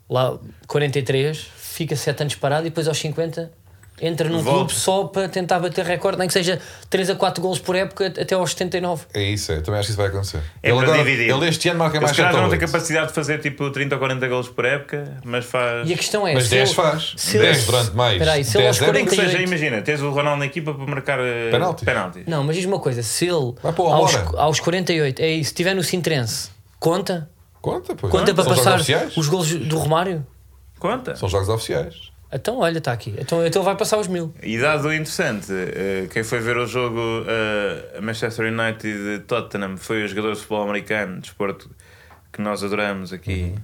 [SPEAKER 1] lá, 43, fica 7 anos parado e depois aos 50 entra num
[SPEAKER 2] Volta.
[SPEAKER 1] clube só para tentar bater recorde, nem que seja 3 a 4 gols por época até aos 79.
[SPEAKER 3] É isso, é. Também acho que isso vai acontecer.
[SPEAKER 2] É para dividir.
[SPEAKER 3] ele este ano marca
[SPEAKER 2] Ele
[SPEAKER 3] mais
[SPEAKER 2] se calhar já não tem
[SPEAKER 3] 14.
[SPEAKER 2] capacidade de fazer tipo 30 ou 40 gols por época, mas faz.
[SPEAKER 1] E a questão é.
[SPEAKER 3] Mas
[SPEAKER 1] se
[SPEAKER 3] 10
[SPEAKER 1] ele-
[SPEAKER 3] faz.
[SPEAKER 1] se
[SPEAKER 3] 10
[SPEAKER 1] ele-
[SPEAKER 3] durante mais. é
[SPEAKER 1] Espera aí, se ele
[SPEAKER 3] 10
[SPEAKER 1] aos
[SPEAKER 3] euros.
[SPEAKER 1] 40
[SPEAKER 2] Nem que seja,
[SPEAKER 1] 38.
[SPEAKER 2] imagina, tens o Ronaldo na equipa para marcar eh,
[SPEAKER 3] Penaltis.
[SPEAKER 2] penaltis.
[SPEAKER 1] Não, mas diz uma coisa: se ele
[SPEAKER 3] Vai para o
[SPEAKER 1] aos,
[SPEAKER 3] Amora.
[SPEAKER 1] aos 48, é isso, estiver no Sintrense, conta?
[SPEAKER 3] Conta, pois.
[SPEAKER 1] Conta para
[SPEAKER 3] São jogos
[SPEAKER 1] passar
[SPEAKER 3] oficiais.
[SPEAKER 1] os golos do Romário?
[SPEAKER 2] Conta.
[SPEAKER 3] São jogos oficiais.
[SPEAKER 1] Então, olha, está aqui. Então, então vai passar os mil.
[SPEAKER 2] E dado interessante, eh, quem foi ver o jogo eh, Manchester United Tottenham foi o jogador de futebol americano, desporto que nós adoramos aqui.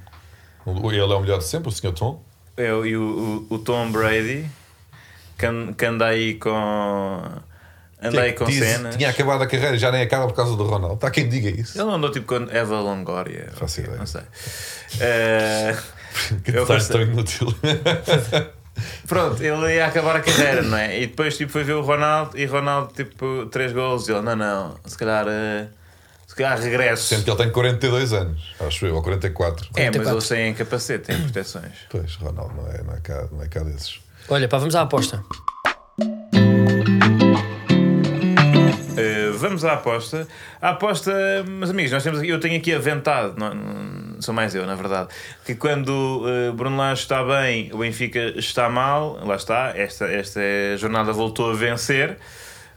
[SPEAKER 3] Uhum. Ele é o melhor de sempre, o Sr. Tom.
[SPEAKER 2] É, o- e o, o- o Tom Brady, que, an- que anda aí com. Anda aí com
[SPEAKER 3] é Diz-
[SPEAKER 2] cenas.
[SPEAKER 3] Tinha acabado a carreira e já nem acaba por causa do Ronaldo. Está quem diga isso.
[SPEAKER 2] Ele não andou tipo com Eva Longoria.
[SPEAKER 3] Faço
[SPEAKER 2] ok,
[SPEAKER 3] ideia.
[SPEAKER 2] Não sei. Eh,
[SPEAKER 3] Que
[SPEAKER 2] eu
[SPEAKER 3] detalhe
[SPEAKER 2] faço-
[SPEAKER 3] tão inútil.
[SPEAKER 2] Pronto, ele ia acabar a carreira, não é? E depois tipo, foi ver o Ronaldo e Ronaldo, tipo, três gols. E ele, não, não, se calhar, eh, se calhar regresso.
[SPEAKER 3] Sendo que ele tem 42 anos, acho eu, ou 44.
[SPEAKER 2] É, mas
[SPEAKER 1] 44.
[SPEAKER 2] eles têm capacete, têm proteções.
[SPEAKER 3] Pois, Ronaldo não é, não é, cá, não é cá desses.
[SPEAKER 1] Olha, pá, vamos à aposta.
[SPEAKER 2] Eh, vamos à aposta. A aposta, meus amigos, nós temos aqui- eu tenho aqui aventado, não- não- sou mais eu, na verdade, que quando eh, Bruno Lage está bem, o Benfica está mal, lá está, esta, esta jornada voltou a vencer.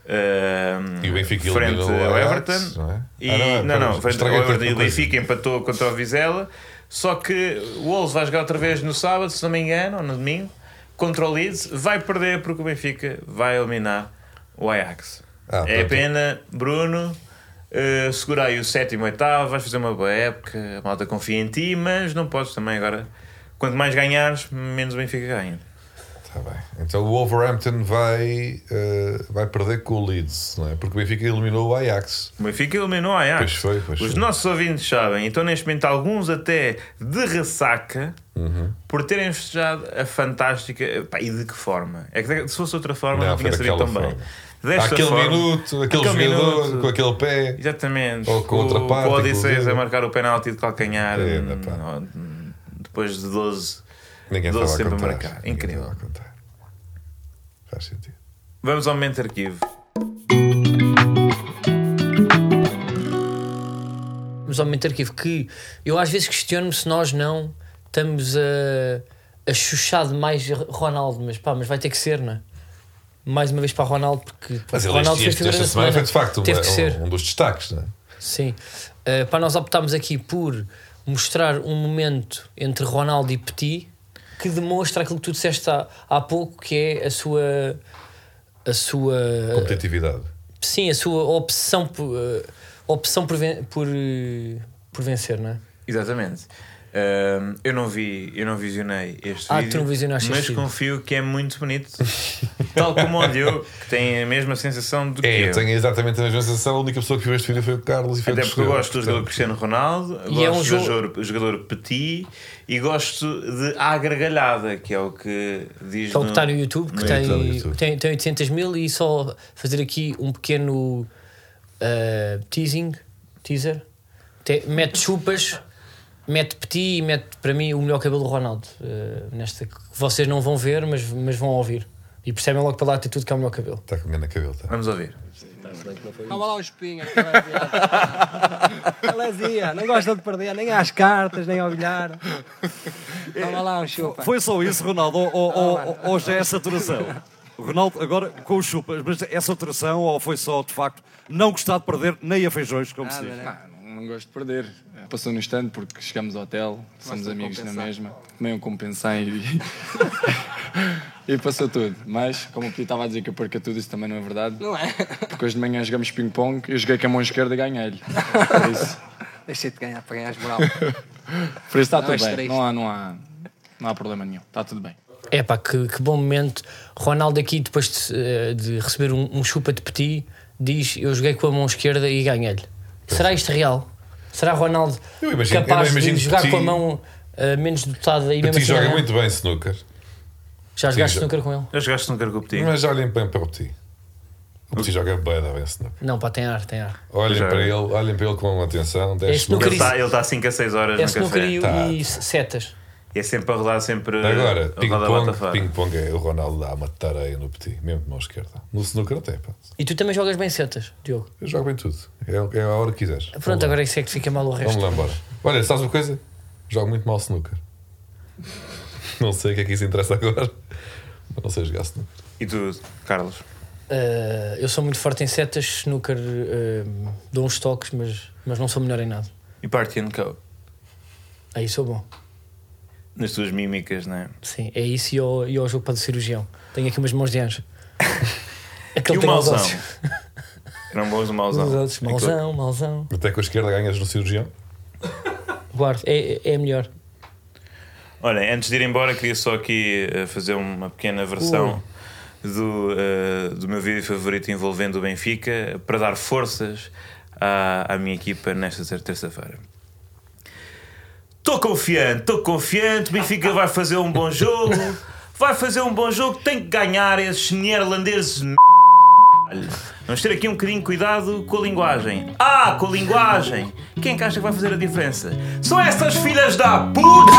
[SPEAKER 2] eh,
[SPEAKER 3] E o Benfica
[SPEAKER 2] frente
[SPEAKER 3] eliminou o
[SPEAKER 2] ao
[SPEAKER 3] Ajax,
[SPEAKER 2] Everton
[SPEAKER 3] não é?
[SPEAKER 2] e,
[SPEAKER 3] Ah, não, é,
[SPEAKER 2] não, não,
[SPEAKER 3] pois,
[SPEAKER 2] frente ao
[SPEAKER 3] estraguei
[SPEAKER 2] Everton
[SPEAKER 3] aqui
[SPEAKER 2] e
[SPEAKER 3] uma
[SPEAKER 2] o
[SPEAKER 3] coisa.
[SPEAKER 2] Benfica empatou contra o Vizela só que o Wolves vai jogar outra vez no sábado se não me engano, ou no domingo contra o Leeds, vai perder porque o Benfica vai eliminar o Ajax
[SPEAKER 3] Ah,
[SPEAKER 2] é
[SPEAKER 3] pronto.
[SPEAKER 2] pena, Bruno. eh, segura aí o sétimo, oitavo. Vais fazer uma boa época. A malta confia em ti, mas não podes também agora. Quanto mais ganhares, menos o Benfica ganha.
[SPEAKER 3] Está bem. Então o Wolverhampton vai, eh, vai perder com o Leeds, não é? Porque o Benfica eliminou o Ajax.
[SPEAKER 2] O Benfica eliminou a Ajax.
[SPEAKER 3] Pois foi, pois
[SPEAKER 2] Os
[SPEAKER 3] foi.
[SPEAKER 2] nossos ouvintes sabem. Então, neste momento, alguns até de ressaca
[SPEAKER 3] Uhum.
[SPEAKER 2] por terem festejado a fantástica. Pá, e de que forma? É que se fosse outra forma, não,
[SPEAKER 3] Não, foi
[SPEAKER 2] tinha sabido tão
[SPEAKER 3] daquela
[SPEAKER 2] bem.
[SPEAKER 3] forma.
[SPEAKER 2] Desta
[SPEAKER 3] aquele
[SPEAKER 2] forma-
[SPEAKER 3] minuto, aquele,
[SPEAKER 2] aquele
[SPEAKER 3] jogador,
[SPEAKER 2] minuto.
[SPEAKER 3] com aquele pé.
[SPEAKER 2] Exatamente.
[SPEAKER 3] Ou com outra
[SPEAKER 2] o,
[SPEAKER 3] parte,
[SPEAKER 2] O Odisseus
[SPEAKER 3] inclusive.
[SPEAKER 2] a marcar o penalti de calcanhar
[SPEAKER 3] É,
[SPEAKER 2] hum,
[SPEAKER 3] pá.
[SPEAKER 2] hum, depois de 12.
[SPEAKER 3] Ninguém
[SPEAKER 2] 12
[SPEAKER 3] estava a
[SPEAKER 2] sempre a
[SPEAKER 3] contar.
[SPEAKER 2] marcar.
[SPEAKER 3] Ninguém
[SPEAKER 2] Incrível.
[SPEAKER 3] estava a contar. Faz sentido.
[SPEAKER 2] Vamos ao momento arquivo.
[SPEAKER 1] Mas ao momento arquivo que eu às vezes questiono-me se nós não estamos a, a chuchar demais Ronaldo, mas pá, mas vai ter que ser, não é? Mais uma vez para Ronaldo, porque
[SPEAKER 3] Mas ele
[SPEAKER 1] Ronaldo
[SPEAKER 3] este, este- esta semana foi de facto
[SPEAKER 1] Teve
[SPEAKER 3] uma-
[SPEAKER 1] que ser.
[SPEAKER 3] um, um dos destaques, não é?
[SPEAKER 1] Sim. Uh, para nós optámos aqui por mostrar um momento entre Ronaldo e Petit que demonstra aquilo que tu disseste há, há pouco, que é a sua. A sua
[SPEAKER 3] Competitividade.
[SPEAKER 1] sim, a sua obsessão por, eh, opção por, ven- por, eh, por vencer, não é?
[SPEAKER 2] Exatamente. Hum, eu, não vi, eu não visionei este
[SPEAKER 1] Ah, tu
[SPEAKER 2] vídeo,
[SPEAKER 1] não visionaste
[SPEAKER 2] mas
[SPEAKER 1] este vídeo.
[SPEAKER 2] confio que é muito bonito. Tal como o Diogo, que tem a mesma sensação do que
[SPEAKER 3] É,
[SPEAKER 2] eu.
[SPEAKER 3] eu tenho exatamente a mesma sensação. A única pessoa que viu este vídeo foi o Carlos e foi
[SPEAKER 2] Até
[SPEAKER 3] o que
[SPEAKER 2] porque eu
[SPEAKER 3] escolheu.
[SPEAKER 2] gosto do jogador
[SPEAKER 3] Portanto,
[SPEAKER 2] Cristiano Ronaldo,
[SPEAKER 1] E
[SPEAKER 2] gosto
[SPEAKER 1] é um
[SPEAKER 2] do
[SPEAKER 1] jogo-
[SPEAKER 2] jogador, jogador Petit e gosto de à gargalhada, que é o que diz
[SPEAKER 1] Que é o que
[SPEAKER 2] no-
[SPEAKER 1] está no YouTube, que
[SPEAKER 2] no
[SPEAKER 1] tem,
[SPEAKER 3] YouTube, YouTube.
[SPEAKER 1] Tem, tem 800 mil, e só fazer aqui um pequeno eh, teasing, teaser. Te- mete chupas, mete petit e mete para mim o melhor cabelo do Ronaldo. eh, nesta, que vocês não vão ver, mas, mas vão ouvir. E percebem logo pela atitude que é o melhor cabelo.
[SPEAKER 3] Está com grande cabelo. Tá.
[SPEAKER 2] Vamos ouvir.
[SPEAKER 4] Calma lá o espinho, é que vai ver. Lesia, não gosta de perder, nem às cartas, nem ao bilhar. Calma lá o chupa.
[SPEAKER 5] Foi só isso, Ronaldo, ou, ou- ou- ou já é saturação? O Ronaldo, agora com os chupas, mas é saturação ou foi só, de facto, não gostar de perder nem a feijões, como se diz?
[SPEAKER 6] Ah, não gosto de perder. Passou no instante porque chegamos ao hotel, somos amigos na mesma, também o compensei e. e passou tudo. Mas, como o Pio estava a dizer que eu perca tudo, isso também não é verdade.
[SPEAKER 4] Não é?
[SPEAKER 6] Porque hoje de manhã jogamos ping-pong, eu joguei com a mão esquerda e ganhei-lhe. Por isso,
[SPEAKER 4] Deixei de ganhar para ganhar as moral.
[SPEAKER 6] por isso está
[SPEAKER 4] Não,
[SPEAKER 6] tudo
[SPEAKER 4] és
[SPEAKER 6] bem.
[SPEAKER 4] triste.
[SPEAKER 6] Não há, não há. Não há problema nenhum. Está tudo bem.
[SPEAKER 1] É pá, que, que bom momento. Ronaldo aqui, depois de, eh, de receber um, um chupa de petit, diz: Eu joguei com a mão esquerda e ganhei-lhe. Será isto real? Será Ronaldo
[SPEAKER 3] Eu imagino-
[SPEAKER 1] capaz
[SPEAKER 3] eu imagino
[SPEAKER 1] de jogar
[SPEAKER 3] Petit-
[SPEAKER 1] com a mão eh, menos dotada e mesmo
[SPEAKER 3] Petit
[SPEAKER 1] assim
[SPEAKER 3] joga
[SPEAKER 1] ganhar?
[SPEAKER 3] muito bem snooker,
[SPEAKER 1] Já jogaste
[SPEAKER 3] joga.
[SPEAKER 1] snooker com ele?
[SPEAKER 2] Eu jogaste no Carcopetinho.
[SPEAKER 3] mas olhem bem para o Petit. O Petit joga bem, bem snooker.
[SPEAKER 1] Não, pá, tem ar, tem ar.
[SPEAKER 3] Olhem
[SPEAKER 2] Já.
[SPEAKER 3] para ele, olhem para ele com atenção, 10
[SPEAKER 1] É
[SPEAKER 3] snooker.
[SPEAKER 2] Ele
[SPEAKER 1] snooker
[SPEAKER 2] está ele tá 5 a 6 horas
[SPEAKER 1] É
[SPEAKER 2] no
[SPEAKER 1] snooker
[SPEAKER 2] café.
[SPEAKER 1] e,
[SPEAKER 3] Tá.
[SPEAKER 1] e setas.
[SPEAKER 2] E é sempre a rodar, sempre.
[SPEAKER 3] Agora,
[SPEAKER 2] a rodar
[SPEAKER 3] ping-pong,
[SPEAKER 2] Batafara.
[SPEAKER 3] ping-pong é o Ronaldo dá uma tareia no Petit, mesmo de mão esquerda. No snooker até, pá.
[SPEAKER 1] E tu também jogas bem setas, Diogo.
[SPEAKER 3] Eu jogo bem tudo. É, é a hora que quiseres.
[SPEAKER 1] Pronto, agora isso é que fica mal o
[SPEAKER 3] Vamos
[SPEAKER 1] resto.
[SPEAKER 3] lá embora. Olha, sabes uma coisa? Jogo muito mal snooker. Não sei o que é que isso interessa agora. Mas não sei jogar snooker.
[SPEAKER 2] E tu, Carlos?
[SPEAKER 1] Eh, eu sou muito forte em setas, snooker, eh, dou uns toques, mas, mas não sou melhor em nada.
[SPEAKER 2] E Party and Co.
[SPEAKER 1] Aí sou bom.
[SPEAKER 2] Nas tuas mímicas, não é?
[SPEAKER 1] Sim, é isso e ao, e ao jogo para do cirurgião. Tenho aqui umas mãos de anjo.
[SPEAKER 2] E
[SPEAKER 1] Aquele
[SPEAKER 2] o
[SPEAKER 1] tem os
[SPEAKER 2] mauzão?
[SPEAKER 1] ossos.
[SPEAKER 2] Eram bons o
[SPEAKER 1] Os
[SPEAKER 2] mauzão.
[SPEAKER 1] ossos. Mauzão, mauzão.
[SPEAKER 3] Até com a esquerda ganhas no cirurgião.
[SPEAKER 1] Guardo, é, é melhor.
[SPEAKER 2] Olha, antes de ir embora, queria só aqui eh, fazer uma pequena versão do, eh, do meu vídeo favorito envolvendo o Benfica para dar forças à, à minha equipa nesta ter- terça-feira. Estou confiante, estou confiante. o Benfica vai fazer um bom jogo, vai fazer um bom jogo. Tem que ganhar esses neerlandeses. de m****. Vamos ter aqui um bocadinho de cuidado com a linguagem. Ah, com a linguagem! Quem é que acha que vai fazer a diferença? São essas filhas da puta!